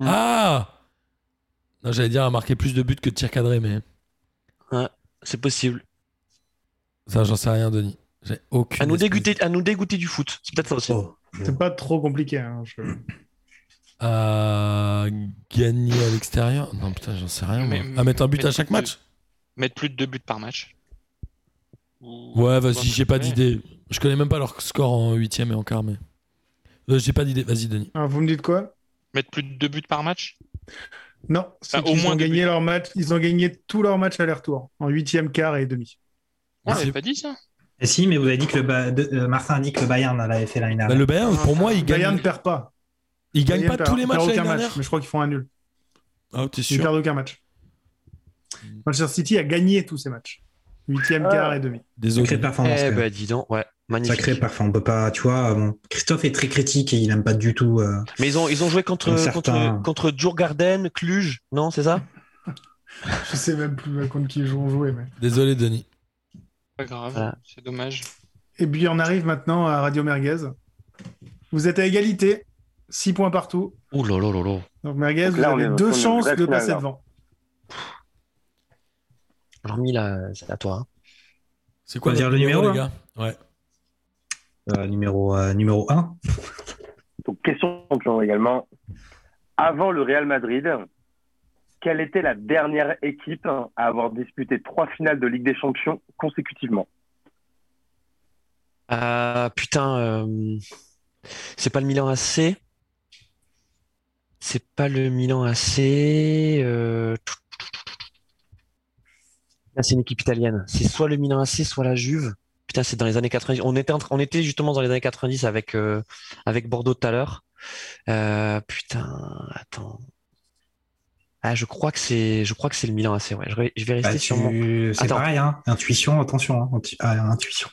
[SPEAKER 10] Mm.
[SPEAKER 5] Ah Non, j'allais dire à marquer plus de buts que de tirs cadrés, mais
[SPEAKER 10] C'est possible.
[SPEAKER 5] ça, j'en sais rien, Denis. J'ai aucune.
[SPEAKER 10] À nous,
[SPEAKER 5] espèce-
[SPEAKER 10] dégoûter, à nous dégoûter du foot. C'est peut-être ça aussi.
[SPEAKER 8] Oh.
[SPEAKER 3] C'est pas trop compliqué. hein, je-
[SPEAKER 5] À gagner à l'extérieur Non, putain, j'en sais rien.
[SPEAKER 9] Mais-
[SPEAKER 5] moi. à mettre un but
[SPEAKER 9] mais-
[SPEAKER 5] à chaque match
[SPEAKER 9] Mettre plus de deux buts par match. Ou-
[SPEAKER 5] Ouais,
[SPEAKER 9] ou un
[SPEAKER 5] vas-y,
[SPEAKER 9] truc
[SPEAKER 5] j'ai pas
[SPEAKER 9] comme ça.
[SPEAKER 5] d'idée. Je connais même pas leur score en huitième et en quart, mais. Euh, j'ai pas d'idée. Vas-y, Denis.
[SPEAKER 3] Alors, Ah, vous me dites quoi
[SPEAKER 9] Mettre plus de deux buts par match.
[SPEAKER 3] Non, c'est
[SPEAKER 9] Ah, au
[SPEAKER 3] qu'ils
[SPEAKER 9] moins
[SPEAKER 3] ont
[SPEAKER 9] des
[SPEAKER 3] gagné
[SPEAKER 9] buts.
[SPEAKER 3] leur match. Ils ont gagné tous leurs matchs aller-retour en huitième, quart et demi.
[SPEAKER 9] On
[SPEAKER 5] Merci.
[SPEAKER 9] l'avait pas dit ça.
[SPEAKER 8] Et Eh si, mais vous avez dit que le Ba- de- euh, Martin a dit que le Bayern l'avait fait l'année
[SPEAKER 5] Bah,
[SPEAKER 8] dernière.
[SPEAKER 5] le Bayern, pour moi, il
[SPEAKER 3] Bayern
[SPEAKER 5] gagne.
[SPEAKER 3] ne perd pas.
[SPEAKER 5] Il gagne
[SPEAKER 3] Bayern
[SPEAKER 5] pas
[SPEAKER 3] perd-
[SPEAKER 5] tous les
[SPEAKER 3] perd
[SPEAKER 5] matchs l'année
[SPEAKER 3] aucun
[SPEAKER 5] dernière.
[SPEAKER 3] match, mais je crois qu'ils font un nul.
[SPEAKER 5] Ah, t'es
[SPEAKER 3] Ils ne
[SPEAKER 5] sûr
[SPEAKER 3] perdent aucun match. Manchester City a gagné tous ses matchs. Huitième,
[SPEAKER 4] Ah.
[SPEAKER 3] quart et demi.
[SPEAKER 5] Désolé.
[SPEAKER 8] Sacrée performance.
[SPEAKER 10] eh
[SPEAKER 8] quand même.
[SPEAKER 10] ben, dis donc, ouais, magnifique.
[SPEAKER 8] Sacrée performance. On peut pas, tu vois, euh, bon, Christophe est très critique et il aime pas du tout. euh,
[SPEAKER 10] Mais ils ont, ils ont joué contre,
[SPEAKER 8] Comme
[SPEAKER 10] contre,
[SPEAKER 8] certains.
[SPEAKER 10] contre Djurgarden, Cluj, non, c'est ça
[SPEAKER 3] Je sais même plus contre qui ils ont joué. Mais...
[SPEAKER 5] Désolé, Denis.
[SPEAKER 9] Pas grave.
[SPEAKER 10] Voilà.
[SPEAKER 9] C'est dommage.
[SPEAKER 3] Et puis on arrive maintenant à Radio Merguez. Vous êtes à égalité, 6 points partout.
[SPEAKER 10] Ouh là là là là.
[SPEAKER 3] Donc Merguez,
[SPEAKER 4] Donc là,
[SPEAKER 3] vous
[SPEAKER 4] on
[SPEAKER 3] avez
[SPEAKER 4] est- on
[SPEAKER 3] deux
[SPEAKER 4] est
[SPEAKER 3] chances
[SPEAKER 4] vrai
[SPEAKER 3] de
[SPEAKER 4] final,
[SPEAKER 3] passer
[SPEAKER 4] là.
[SPEAKER 3] devant.
[SPEAKER 10] Alors, mis là, c'est à toi. hein.
[SPEAKER 5] C'est quoi
[SPEAKER 8] Faut dire
[SPEAKER 5] notre
[SPEAKER 8] le numéro,
[SPEAKER 5] les gars Ouais.
[SPEAKER 8] euh, numéro, euh, numéro 1.
[SPEAKER 4] Donc, question de plan également. Avant le Real Madrid, quelle était la dernière équipe à avoir disputé trois finales de Ligue des Champions consécutivement
[SPEAKER 10] Ah putain, euh, c'est pas le Milan AC. C'est pas le Milan AC. euh, Putain, c'est une équipe italienne. C'est soit le Milan AC, soit la Juve. Putain, c'est dans les années 90. On était, en train- on était justement dans les années 90 avec, euh, avec Bordeaux tout à l'heure. Euh, putain, attends. Ah, je crois que c'est, je crois que c'est le Milan AC. Ouais, je vais, je vais
[SPEAKER 8] Bah,
[SPEAKER 10] rester sur mon.
[SPEAKER 8] tu- C'est
[SPEAKER 10] Attends.
[SPEAKER 8] pareil, hein. intuition, attention, hein. Intu- ah, intuition.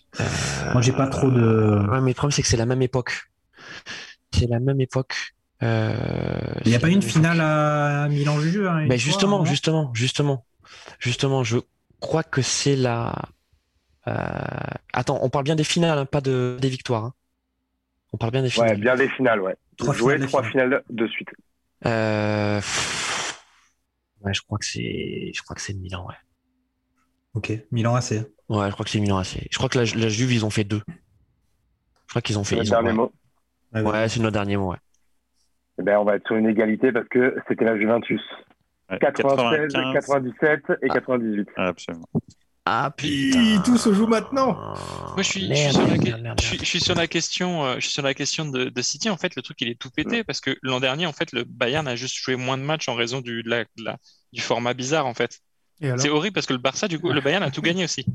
[SPEAKER 8] Moi, j'ai pas trop de.
[SPEAKER 10] Euh, Ouais, mais le problème, c'est que c'est la même époque. C'est la même époque. Euh,
[SPEAKER 8] Il n'y a
[SPEAKER 10] c'est
[SPEAKER 8] pas
[SPEAKER 10] la
[SPEAKER 8] une
[SPEAKER 10] même
[SPEAKER 8] finale à Milan-Juve hein, une
[SPEAKER 10] Ben
[SPEAKER 8] fois,
[SPEAKER 10] justement,
[SPEAKER 8] non
[SPEAKER 10] justement, justement, justement, je crois que c'est la. euh, Attends, on parle bien des finales, hein, pas de des victoires. hein. On parle bien des
[SPEAKER 4] Ouais,
[SPEAKER 10] finales.
[SPEAKER 4] bien des finales, ouais.
[SPEAKER 8] Trois
[SPEAKER 4] Jouer
[SPEAKER 8] finales de
[SPEAKER 4] trois
[SPEAKER 8] finale.
[SPEAKER 4] finales de suite.
[SPEAKER 10] Euh, pff, ouais, je crois que c'est, je crois que c'est le Milan, ouais.
[SPEAKER 8] Ok, Milan AC.
[SPEAKER 10] Ouais, je crois que c'est le Milan AC. Je crois que la, la Juve, ils ont fait deux. Je crois qu'ils ont fait.
[SPEAKER 4] Le
[SPEAKER 10] ils ont-
[SPEAKER 4] dernier
[SPEAKER 10] ouais.
[SPEAKER 4] mot.
[SPEAKER 10] Ouais, c'est notre dernier mot. Ouais.
[SPEAKER 4] Eh ben, on va être sur une égalité parce que c'était la Juventus.
[SPEAKER 6] Ouais,
[SPEAKER 4] 96, 97 et
[SPEAKER 10] Ah.
[SPEAKER 4] 98.
[SPEAKER 6] Absolument.
[SPEAKER 10] Ah
[SPEAKER 3] Et
[SPEAKER 10] putain.
[SPEAKER 3] tout se joue maintenant.
[SPEAKER 10] Moi,
[SPEAKER 9] Moi, je suis, je suis sur, la, que-
[SPEAKER 10] Ah,
[SPEAKER 9] je suis- je suis sur la question, euh, je suis sur la question de, de City. En fait, le truc, il est tout pété parce que l'an dernier, en fait, le Bayern a juste joué moins de matchs en raison du, de la- de la- du format bizarre, en fait.
[SPEAKER 3] Et alors
[SPEAKER 9] C'est horrible parce que le Barça, du coup, le Bayern a tout gagné aussi.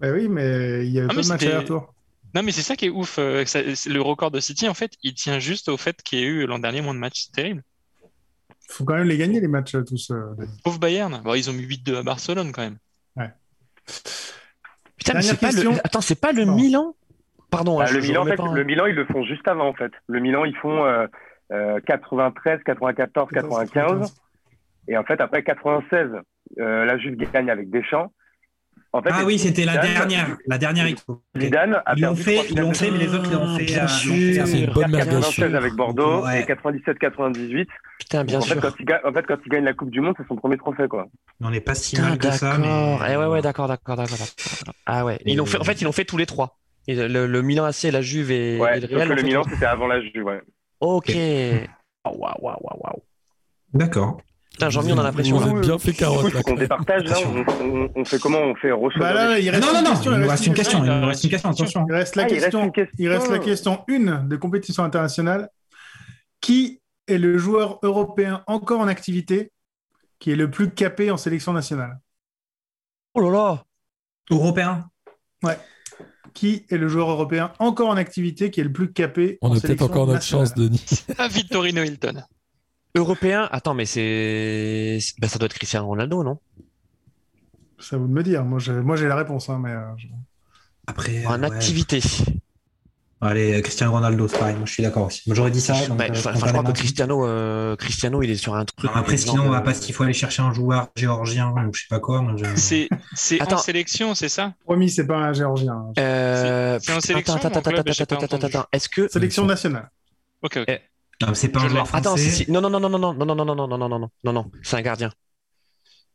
[SPEAKER 3] Bah oui, mais il y avait
[SPEAKER 9] Ah,
[SPEAKER 3] pas
[SPEAKER 9] mais
[SPEAKER 3] de match
[SPEAKER 9] c'était-
[SPEAKER 3] aller-retour.
[SPEAKER 9] Non, mais c'est ça qui est ouf. euh, ça- c'est- le record de City, en fait, il tient juste au fait qu'il y ait eu l'an dernier moins de matchs. C'est terrible.
[SPEAKER 3] Faut quand même les gagner les matchs euh, tous. euh.
[SPEAKER 9] Pauvre Bayern. Bon, ils ont mis 8-2 à Barcelone quand même.
[SPEAKER 10] Putain, mais
[SPEAKER 3] Dernière
[SPEAKER 10] c'est pas le.
[SPEAKER 3] question.
[SPEAKER 10] Attends, c'est pas le
[SPEAKER 3] Non.
[SPEAKER 10] Milan. Pardon. hein,
[SPEAKER 4] Bah,
[SPEAKER 10] je-
[SPEAKER 4] le,
[SPEAKER 10] je
[SPEAKER 4] Milan, en
[SPEAKER 10] remets
[SPEAKER 4] fait,
[SPEAKER 10] pas, hein.
[SPEAKER 4] le Milan, ils le font juste avant, en fait. Le Milan, ils font euh, euh, 93, 94, 95. Et en fait, après 96, euh, la Juve gagne avec Deschamps. En fait,
[SPEAKER 8] Ah
[SPEAKER 4] les-
[SPEAKER 8] oui, c'était la
[SPEAKER 4] Zidane-
[SPEAKER 8] dernière, la dernière équipe.
[SPEAKER 4] Zidane a
[SPEAKER 8] Ils l'ont
[SPEAKER 4] perdu trois
[SPEAKER 8] fait, ils
[SPEAKER 4] finales
[SPEAKER 8] l'ont
[SPEAKER 4] de
[SPEAKER 8] fait, mais les autres ils l'ont
[SPEAKER 10] Ah,
[SPEAKER 8] fait.
[SPEAKER 10] bien
[SPEAKER 8] euh,
[SPEAKER 10] sûr.
[SPEAKER 8] l'ont fait
[SPEAKER 5] C'est une
[SPEAKER 8] avant.
[SPEAKER 5] bonne
[SPEAKER 4] suite.
[SPEAKER 5] merde.
[SPEAKER 4] 96 avec Bordeaux
[SPEAKER 8] Ouais.
[SPEAKER 4] et 97-98.
[SPEAKER 10] Putain, bien
[SPEAKER 4] En fait,
[SPEAKER 10] sûr.
[SPEAKER 4] quand il gagne- en fait, quand il gagne la Coupe du Monde, c'est son premier trophée, quoi.
[SPEAKER 8] Mais on n'est pas si
[SPEAKER 10] Putain,
[SPEAKER 8] mal que ça. Mais...
[SPEAKER 10] d'accord. Eh ouais, ouais, d'accord, d'accord, d'accord. d'accord. Ah ouais. Ils l'ont fait, en fait, ils l'ont fait tous les trois. Et le- le, le Milan AC, la Juve et,
[SPEAKER 4] Ouais,
[SPEAKER 10] et le
[SPEAKER 4] sauf
[SPEAKER 10] Real.
[SPEAKER 4] que
[SPEAKER 10] l'ont
[SPEAKER 4] le
[SPEAKER 10] fait
[SPEAKER 4] Milan,
[SPEAKER 10] tous les
[SPEAKER 4] c'était avant la Juve, ouais.
[SPEAKER 10] trois. Ok. Ah, Waouh, waouh, wawaouh waouh.
[SPEAKER 8] D'accord.
[SPEAKER 10] Putain, Jean-Mi, on a la pression
[SPEAKER 5] Vous
[SPEAKER 10] là.
[SPEAKER 5] êtes bien fait carotte
[SPEAKER 4] Du coup,
[SPEAKER 5] là.
[SPEAKER 4] faut qu'on départage, là. On, on- on fait comment On fait rechaud
[SPEAKER 3] Bah là, il reste
[SPEAKER 8] non, non,
[SPEAKER 3] une
[SPEAKER 8] non,
[SPEAKER 3] question,
[SPEAKER 8] il
[SPEAKER 3] il
[SPEAKER 8] nous
[SPEAKER 3] reste
[SPEAKER 8] reste une
[SPEAKER 3] une
[SPEAKER 8] question, il nous
[SPEAKER 9] question.
[SPEAKER 8] reste une question, attention.
[SPEAKER 3] Il reste la
[SPEAKER 4] Ah, il reste
[SPEAKER 3] question.
[SPEAKER 4] une question. Oh.
[SPEAKER 3] Il reste la question une des compétitions internationales. Qui est le joueur européen encore en activité qui est le plus capé en sélection nationale
[SPEAKER 10] Oh là là.
[SPEAKER 8] Européen.
[SPEAKER 3] Qui est le joueur européen encore en activité qui est le plus capé
[SPEAKER 5] On
[SPEAKER 3] en
[SPEAKER 5] a peut-être
[SPEAKER 3] sélection
[SPEAKER 5] encore notre
[SPEAKER 3] nationale
[SPEAKER 5] chance, Denis.
[SPEAKER 9] Ah, Vittorino Hilton.
[SPEAKER 10] Européen. Attends, mais c'est. c'est- Ben, ça doit être Cristiano Ronaldo, non
[SPEAKER 3] C'est à vous de me dire. Moi, je- moi, j'ai la réponse. hein, mais, euh, je-
[SPEAKER 8] Après. euh,
[SPEAKER 10] En
[SPEAKER 8] ouais.
[SPEAKER 10] activité.
[SPEAKER 8] Allez, Cristiano Ronaldo, c'est pareil. Moi, je suis d'accord aussi. Moi, J'aurais dit ça. donc,
[SPEAKER 10] Ben, je,
[SPEAKER 8] euh, je
[SPEAKER 10] enfin, je
[SPEAKER 8] prends
[SPEAKER 10] crois
[SPEAKER 8] pas les
[SPEAKER 10] que
[SPEAKER 8] marques.
[SPEAKER 10] Cristiano, euh, Cristiano, il est sur un truc. euh,
[SPEAKER 8] Alors Après, sinon, on va pas
[SPEAKER 10] parce
[SPEAKER 8] parce qu'il faut aller chercher un joueur géorgien ou je sais pas quoi. moi, je-
[SPEAKER 9] C'est c'est en
[SPEAKER 10] Attends.
[SPEAKER 9] sélection, c'est ça?
[SPEAKER 3] Promis, c'est pas un Géorgien. hein.
[SPEAKER 10] Euh...
[SPEAKER 9] C'est- c'est en
[SPEAKER 10] putain,
[SPEAKER 9] sélection
[SPEAKER 10] attends,
[SPEAKER 9] ou en
[SPEAKER 10] attends,
[SPEAKER 9] club,
[SPEAKER 10] attends,
[SPEAKER 9] j'ai pas
[SPEAKER 10] attends,
[SPEAKER 9] entendu.
[SPEAKER 10] attends, attends. Est-ce que
[SPEAKER 3] Sélection nationale.
[SPEAKER 9] Ok, ok.
[SPEAKER 8] Non, mais c'est pas
[SPEAKER 9] Je
[SPEAKER 8] un
[SPEAKER 9] l'ai.
[SPEAKER 8] joueur
[SPEAKER 10] Attends, si,
[SPEAKER 8] français.
[SPEAKER 10] si. Non, non, non, non, non, non, non, non, non, non, non, non, non, non, non, non, c'est un gardien.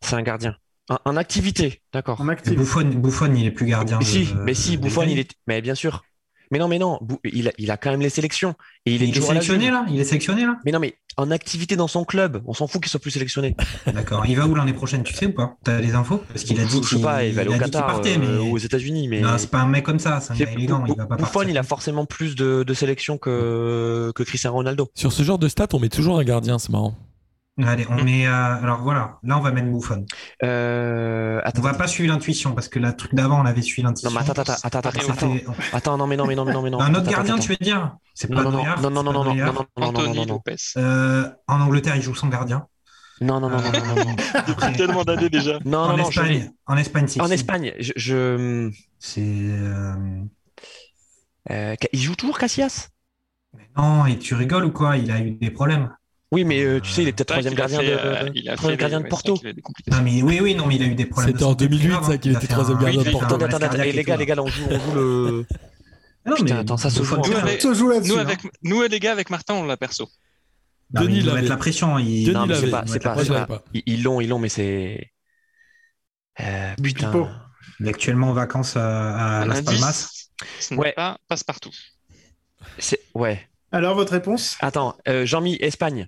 [SPEAKER 10] C'est un gardien. Un, un activité, d'accord.
[SPEAKER 3] En
[SPEAKER 8] Mais
[SPEAKER 3] actif.
[SPEAKER 8] Buffon, Buffon, il est plus gardien.
[SPEAKER 10] Mais si,
[SPEAKER 8] de-
[SPEAKER 10] mais si,
[SPEAKER 8] de-
[SPEAKER 10] Buffon, il est. Mais bien sûr. Mais non, mais non, Bou- il a, il a quand même les sélections. Et il
[SPEAKER 8] Il
[SPEAKER 10] est
[SPEAKER 8] est,
[SPEAKER 10] toujours à la
[SPEAKER 8] sélectionné
[SPEAKER 10] Juve.
[SPEAKER 8] là Il est sélectionné là
[SPEAKER 10] Mais non, mais en activité dans son club, on s'en fout qu'il soit plus sélectionné.
[SPEAKER 8] D'accord. Il va où l'année prochaine, tu sais ou pas T'as les infos Parce qu'il a dit
[SPEAKER 10] Je sais
[SPEAKER 8] qu'il
[SPEAKER 10] pas, il va aller
[SPEAKER 8] il
[SPEAKER 10] au
[SPEAKER 8] a dit qu'il
[SPEAKER 10] Qatar,
[SPEAKER 8] partait,
[SPEAKER 10] euh,
[SPEAKER 8] mais.
[SPEAKER 10] aux États-Unis, mais.
[SPEAKER 8] Non, c'est pas un mec comme ça, c'est un
[SPEAKER 10] C'est-
[SPEAKER 8] gars élégant, il va pas
[SPEAKER 10] Buffon,
[SPEAKER 8] partir.
[SPEAKER 10] il a forcément plus de, de sélections que, que Cristiano Ronaldo.
[SPEAKER 5] Sur ce genre de stats, on met toujours un gardien, c'est marrant.
[SPEAKER 8] Allez, on met. euh, alors voilà, là on va mettre Buffon.
[SPEAKER 10] Euh,
[SPEAKER 8] On
[SPEAKER 10] attends,
[SPEAKER 8] va pas suivre l'intuition parce que la truc d'avant on avait suivi l'intuition.
[SPEAKER 10] non, mais attends, attends, attends, attends,
[SPEAKER 8] C'était-
[SPEAKER 10] attends, attends, attends, non, mais non, mais non, mais non, mais non.
[SPEAKER 8] Un autre
[SPEAKER 10] Attends,
[SPEAKER 8] gardien,
[SPEAKER 10] attends,
[SPEAKER 8] tu veux dire C'est
[SPEAKER 10] Non,
[SPEAKER 8] pas
[SPEAKER 10] non, non,
[SPEAKER 8] Neuer,
[SPEAKER 10] non, non,
[SPEAKER 8] c'est
[SPEAKER 10] non,
[SPEAKER 8] pas
[SPEAKER 10] non, non,
[SPEAKER 8] Neuer.
[SPEAKER 10] non, non, non, non,
[SPEAKER 9] Anthony
[SPEAKER 10] non, non.
[SPEAKER 9] Lopez.
[SPEAKER 8] Euh, en Angleterre, il joue sans gardien. Euh,
[SPEAKER 10] Non, non, non, non, non, non, non.
[SPEAKER 8] Après,
[SPEAKER 9] Ah, Tellement d'années déjà.
[SPEAKER 10] Non,
[SPEAKER 8] en
[SPEAKER 10] non, non, je l'ai.
[SPEAKER 8] Espagne, en Espagne, c'est
[SPEAKER 10] En
[SPEAKER 8] qui
[SPEAKER 10] Espagne, je, je-
[SPEAKER 8] C'est euh,
[SPEAKER 10] euh, il joue toujours Casillas.
[SPEAKER 8] mais non, et tu rigoles ou quoi Il a eu des problèmes.
[SPEAKER 10] Oui, mais euh, tu sais, il est peut-être
[SPEAKER 9] C'est vrai
[SPEAKER 10] troisième
[SPEAKER 9] qu'il a
[SPEAKER 10] gardien
[SPEAKER 9] fait,
[SPEAKER 10] de,
[SPEAKER 9] euh, il a
[SPEAKER 10] troisième
[SPEAKER 9] fait
[SPEAKER 10] gardien
[SPEAKER 9] des-
[SPEAKER 10] de
[SPEAKER 9] ouais,
[SPEAKER 10] Porto.
[SPEAKER 9] c'est vrai qu'il a des complications.
[SPEAKER 8] Non mais oui, oui, non, mais il a eu des problèmes.
[SPEAKER 5] C'était en 2008,
[SPEAKER 8] hein.
[SPEAKER 5] ça, qu'il était troisième gardien
[SPEAKER 9] de
[SPEAKER 5] Porto.
[SPEAKER 10] Attends, attends, attends, et les gars, les gars, là, on joue, on joue le. Putain, attends, ça se joue.
[SPEAKER 9] Nous,
[SPEAKER 10] en-
[SPEAKER 9] avec-
[SPEAKER 3] Se joue là-dessus.
[SPEAKER 9] nous,
[SPEAKER 3] hein.
[SPEAKER 9] avec, nous, les gars, avec Martin, on l'a perso.
[SPEAKER 5] Denis
[SPEAKER 8] Denis, il doit
[SPEAKER 5] l'avait.
[SPEAKER 8] mettre la pression. Il...
[SPEAKER 5] Denis
[SPEAKER 10] Non, mais c'est
[SPEAKER 5] l'avait.
[SPEAKER 10] pas, c'est pas,
[SPEAKER 5] Moi, je
[SPEAKER 10] c'est
[SPEAKER 5] l'avais
[SPEAKER 10] pas.
[SPEAKER 5] pas.
[SPEAKER 10] Ils- Ils l'ont, ils l'ont, mais c'est. Euh,
[SPEAKER 3] Pipo.
[SPEAKER 10] putain.
[SPEAKER 8] Il est actuellement en vacances à, à Las Palmas.
[SPEAKER 9] Indice, ce
[SPEAKER 10] Ouais.
[SPEAKER 9] n'est pas passe-partout.
[SPEAKER 10] C'est ouais.
[SPEAKER 3] hein. Alors, votre réponse
[SPEAKER 10] Attends, euh, Jean-Mi, Espagne.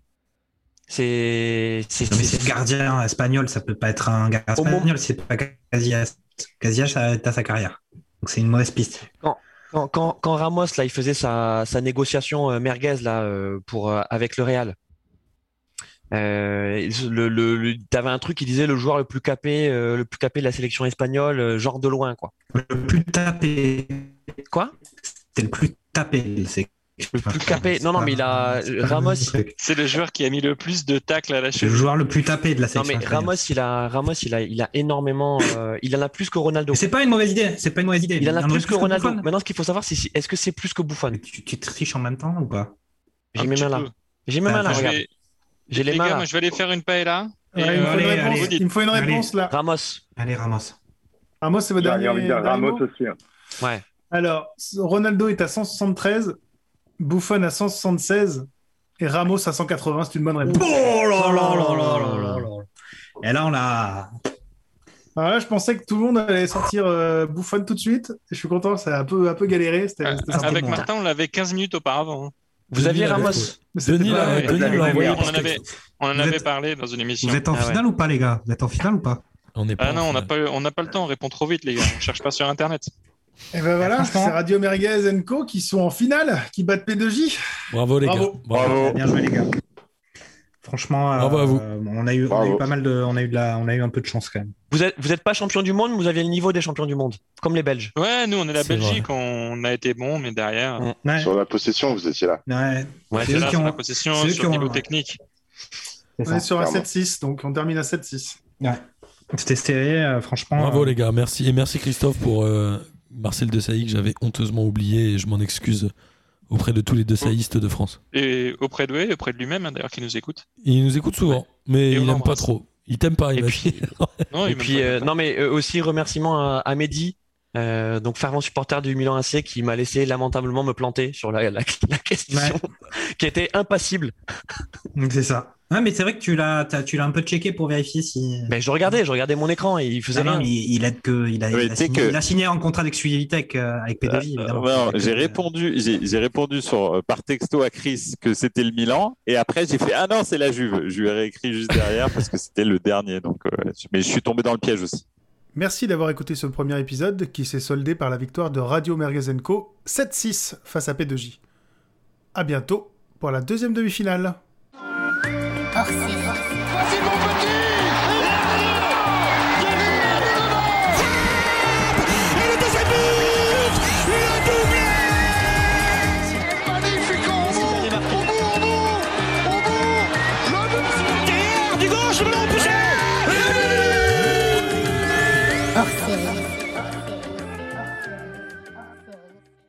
[SPEAKER 10] C'est c'est-
[SPEAKER 8] Non, mais c'est le gardien espagnol, ça peut pas être un gardien
[SPEAKER 10] Au moment-
[SPEAKER 8] espagnol, c'est pas Casillas. Casillas ça arrête à sa carrière. Donc c'est une mauvaise piste.
[SPEAKER 10] Quand, quand, quand Ramos là, il faisait sa, sa négociation euh, merguez là euh, pour euh, avec le Real. Euh, le, le, le- t'avais un truc qui disait le joueur le plus capé, euh, le plus capé de la sélection espagnole, euh, genre de loin quoi.
[SPEAKER 8] Le plus tapé.
[SPEAKER 10] Quoi
[SPEAKER 8] C'était le plus tapé. C'est
[SPEAKER 10] le plus capé. Non non mais il a Ramos.
[SPEAKER 9] C'est le joueur qui a mis le plus de tacles à la
[SPEAKER 8] Le
[SPEAKER 9] cheville.
[SPEAKER 8] joueur le plus tapé de la
[SPEAKER 10] Non
[SPEAKER 8] sélection.
[SPEAKER 10] mais
[SPEAKER 8] espagnole.
[SPEAKER 10] Ramos il a Ramos il a il a énormément, euh, il en a plus que Ronaldo.
[SPEAKER 8] Mais C'est pas une mauvaise idée. C'est pas une mauvaise idée.
[SPEAKER 10] Il en a plus que Ronaldo.
[SPEAKER 8] Buffon.
[SPEAKER 10] Maintenant ce qu'il faut savoir c'est si- est-ce que c'est plus que Buffon.
[SPEAKER 8] Tu, tu triches en même temps ou pas
[SPEAKER 10] J'ai
[SPEAKER 9] Un
[SPEAKER 10] mes
[SPEAKER 9] petit
[SPEAKER 10] mains là.
[SPEAKER 9] peu.
[SPEAKER 10] J'ai
[SPEAKER 8] Ah,
[SPEAKER 10] mes mains là.
[SPEAKER 9] Moi, je
[SPEAKER 10] Regarde.
[SPEAKER 9] Ah, vais-
[SPEAKER 10] J'ai les
[SPEAKER 9] Les
[SPEAKER 10] mains
[SPEAKER 9] gars,
[SPEAKER 10] là.
[SPEAKER 9] moi, je vais aller faire une paella. Et,
[SPEAKER 3] Ouais, il,
[SPEAKER 9] euh,
[SPEAKER 3] me faut une
[SPEAKER 8] allez,
[SPEAKER 3] réponse,
[SPEAKER 9] vous dites.
[SPEAKER 3] il me faut une
[SPEAKER 8] Allez.
[SPEAKER 3] réponse là.
[SPEAKER 10] Ramos.
[SPEAKER 8] Allez, Ramos.
[SPEAKER 3] Ah, moi, c'est votre
[SPEAKER 4] J'ai
[SPEAKER 3] dernier.
[SPEAKER 4] envie de dire
[SPEAKER 3] dernier
[SPEAKER 4] Ramos
[SPEAKER 3] mot
[SPEAKER 4] aussi. hein.
[SPEAKER 10] Ouais.
[SPEAKER 3] Alors, Ronaldo est à 173, Buffon à 176 et Ramos à 180. C'est une bonne réponse.
[SPEAKER 8] Oh là là là là là là là. Et là on l'a.
[SPEAKER 3] Alors là, Ah, je pensais que tout le monde allait sortir euh, Buffon tout de suite. Je suis content, ça a un peu, un peu galéré. C'était,
[SPEAKER 9] euh,
[SPEAKER 3] c'était sympa.
[SPEAKER 9] Avec
[SPEAKER 8] simplement.
[SPEAKER 9] Martin, on l'avait 15 minutes auparavant. hein.
[SPEAKER 10] Vous
[SPEAKER 5] Denis
[SPEAKER 10] aviez
[SPEAKER 5] l'avait
[SPEAKER 10] Ramos.
[SPEAKER 5] trouvé.
[SPEAKER 3] Mais c'était
[SPEAKER 5] Denis
[SPEAKER 3] pas-
[SPEAKER 5] l'a
[SPEAKER 9] Ouais,
[SPEAKER 5] Denis
[SPEAKER 4] la
[SPEAKER 5] l'a
[SPEAKER 4] dernière,
[SPEAKER 5] envoyé.
[SPEAKER 9] on en avait, on en
[SPEAKER 8] Vous
[SPEAKER 9] avait
[SPEAKER 8] êtes-
[SPEAKER 9] parlé dans une émission.
[SPEAKER 8] Vous êtes en
[SPEAKER 10] Ah ouais.
[SPEAKER 8] finale ou pas les gars Vous êtes en finale ou pas
[SPEAKER 5] On n'est pas
[SPEAKER 9] Ah non,
[SPEAKER 5] en
[SPEAKER 9] on n'a
[SPEAKER 5] finale.
[SPEAKER 9] pas, on n'a pas le temps, on répond trop vite, les gars. On cherche pas sur Internet.
[SPEAKER 3] Et ben voilà,
[SPEAKER 8] Franchement.
[SPEAKER 3] c'est Radio Merguez Co qui sont en finale, qui battent P2J.
[SPEAKER 5] Bravo les gars.
[SPEAKER 3] Bravo.
[SPEAKER 6] Bravo.
[SPEAKER 8] Bien joué les gars. Franchement, euh,
[SPEAKER 5] Bravo à vous.
[SPEAKER 8] euh, on a eu, on a
[SPEAKER 7] Bravo.
[SPEAKER 8] eu pas mal de, on a eu de la, on a eu un peu de chance quand même.
[SPEAKER 10] Vous êtes, vous êtes pas champion du monde, mais vous aviez le niveau des champions du monde, comme les Belges.
[SPEAKER 9] Ouais, nous, on est la
[SPEAKER 5] C'est
[SPEAKER 9] Belgique, on a été bon, mais derrière,
[SPEAKER 8] Ouais,
[SPEAKER 7] Sur la possession, vous étiez là.
[SPEAKER 8] ouais,
[SPEAKER 10] Ouais,
[SPEAKER 8] c'est
[SPEAKER 9] c'est
[SPEAKER 8] eux
[SPEAKER 9] là
[SPEAKER 8] qui
[SPEAKER 9] sur la
[SPEAKER 8] ont,
[SPEAKER 9] possession,
[SPEAKER 8] c'est eux
[SPEAKER 9] sur
[SPEAKER 8] qui
[SPEAKER 9] le
[SPEAKER 8] ont-
[SPEAKER 9] niveau technique.
[SPEAKER 8] c'est
[SPEAKER 3] On est
[SPEAKER 8] ça.
[SPEAKER 3] sur un
[SPEAKER 7] clairement.
[SPEAKER 3] 7-6, donc on termine à 7-6.
[SPEAKER 8] C'était serré, euh, franchement.
[SPEAKER 5] Bravo
[SPEAKER 8] euh,
[SPEAKER 5] les gars, merci. Et merci Christophe pour euh, Marcel Desailly que j'avais honteusement oublié et je m'en excuse auprès de tous les Desaillistes de France.
[SPEAKER 9] Et auprès de lui, auprès de lui-même, hein, d'ailleurs, qui nous écoute.
[SPEAKER 5] Il nous écoute souvent, mais
[SPEAKER 9] Et on
[SPEAKER 5] il aime pas
[SPEAKER 9] l'embrasse.
[SPEAKER 5] trop. Il t'aime pas, il
[SPEAKER 10] Et
[SPEAKER 5] m'a
[SPEAKER 10] puis-
[SPEAKER 5] dit.
[SPEAKER 9] Non, il
[SPEAKER 10] Et
[SPEAKER 9] m'a
[SPEAKER 10] puis,
[SPEAKER 9] pas-
[SPEAKER 10] euh, non, mais euh, aussi remerciement à, à Mehdi, euh, donc fervent supporter du Milan AC, qui m'a laissé lamentablement me planter sur la, la, la question, qui était impassible.
[SPEAKER 8] donc euh, C'est ça. Ouais, mais c'est vrai que tu l'as, t'as- tu l'as un peu checké pour vérifier si.
[SPEAKER 10] Mais je regardais, je regardais mon écran et il faisait
[SPEAKER 8] Ah non,
[SPEAKER 10] rien.
[SPEAKER 8] mais il a que, il a,
[SPEAKER 6] Mais
[SPEAKER 8] il a
[SPEAKER 6] tu sais
[SPEAKER 8] signé,
[SPEAKER 6] que-
[SPEAKER 8] il a signé un contrat d'exclusivité avec, euh, avec P2J, évidemment.
[SPEAKER 6] Euh, non,
[SPEAKER 8] Avec
[SPEAKER 6] j'ai
[SPEAKER 8] P2J.
[SPEAKER 6] répondu, j'ai j'ai répondu sur, euh, par texto à Chris que c'était le Milan, et après j'ai fait ah non c'est la Juve. Je lui ai réécrit juste derrière parce que c'était le dernier, donc euh, mais je suis tombé dans le piège aussi.
[SPEAKER 3] Merci d'avoir écouté ce premier épisode qui s'est soldé par la victoire de Radio Merguez Co 7-6 face à P2J. À bientôt pour la deuxième demi-finale.
[SPEAKER 1] hors série.
[SPEAKER 2] Voici mon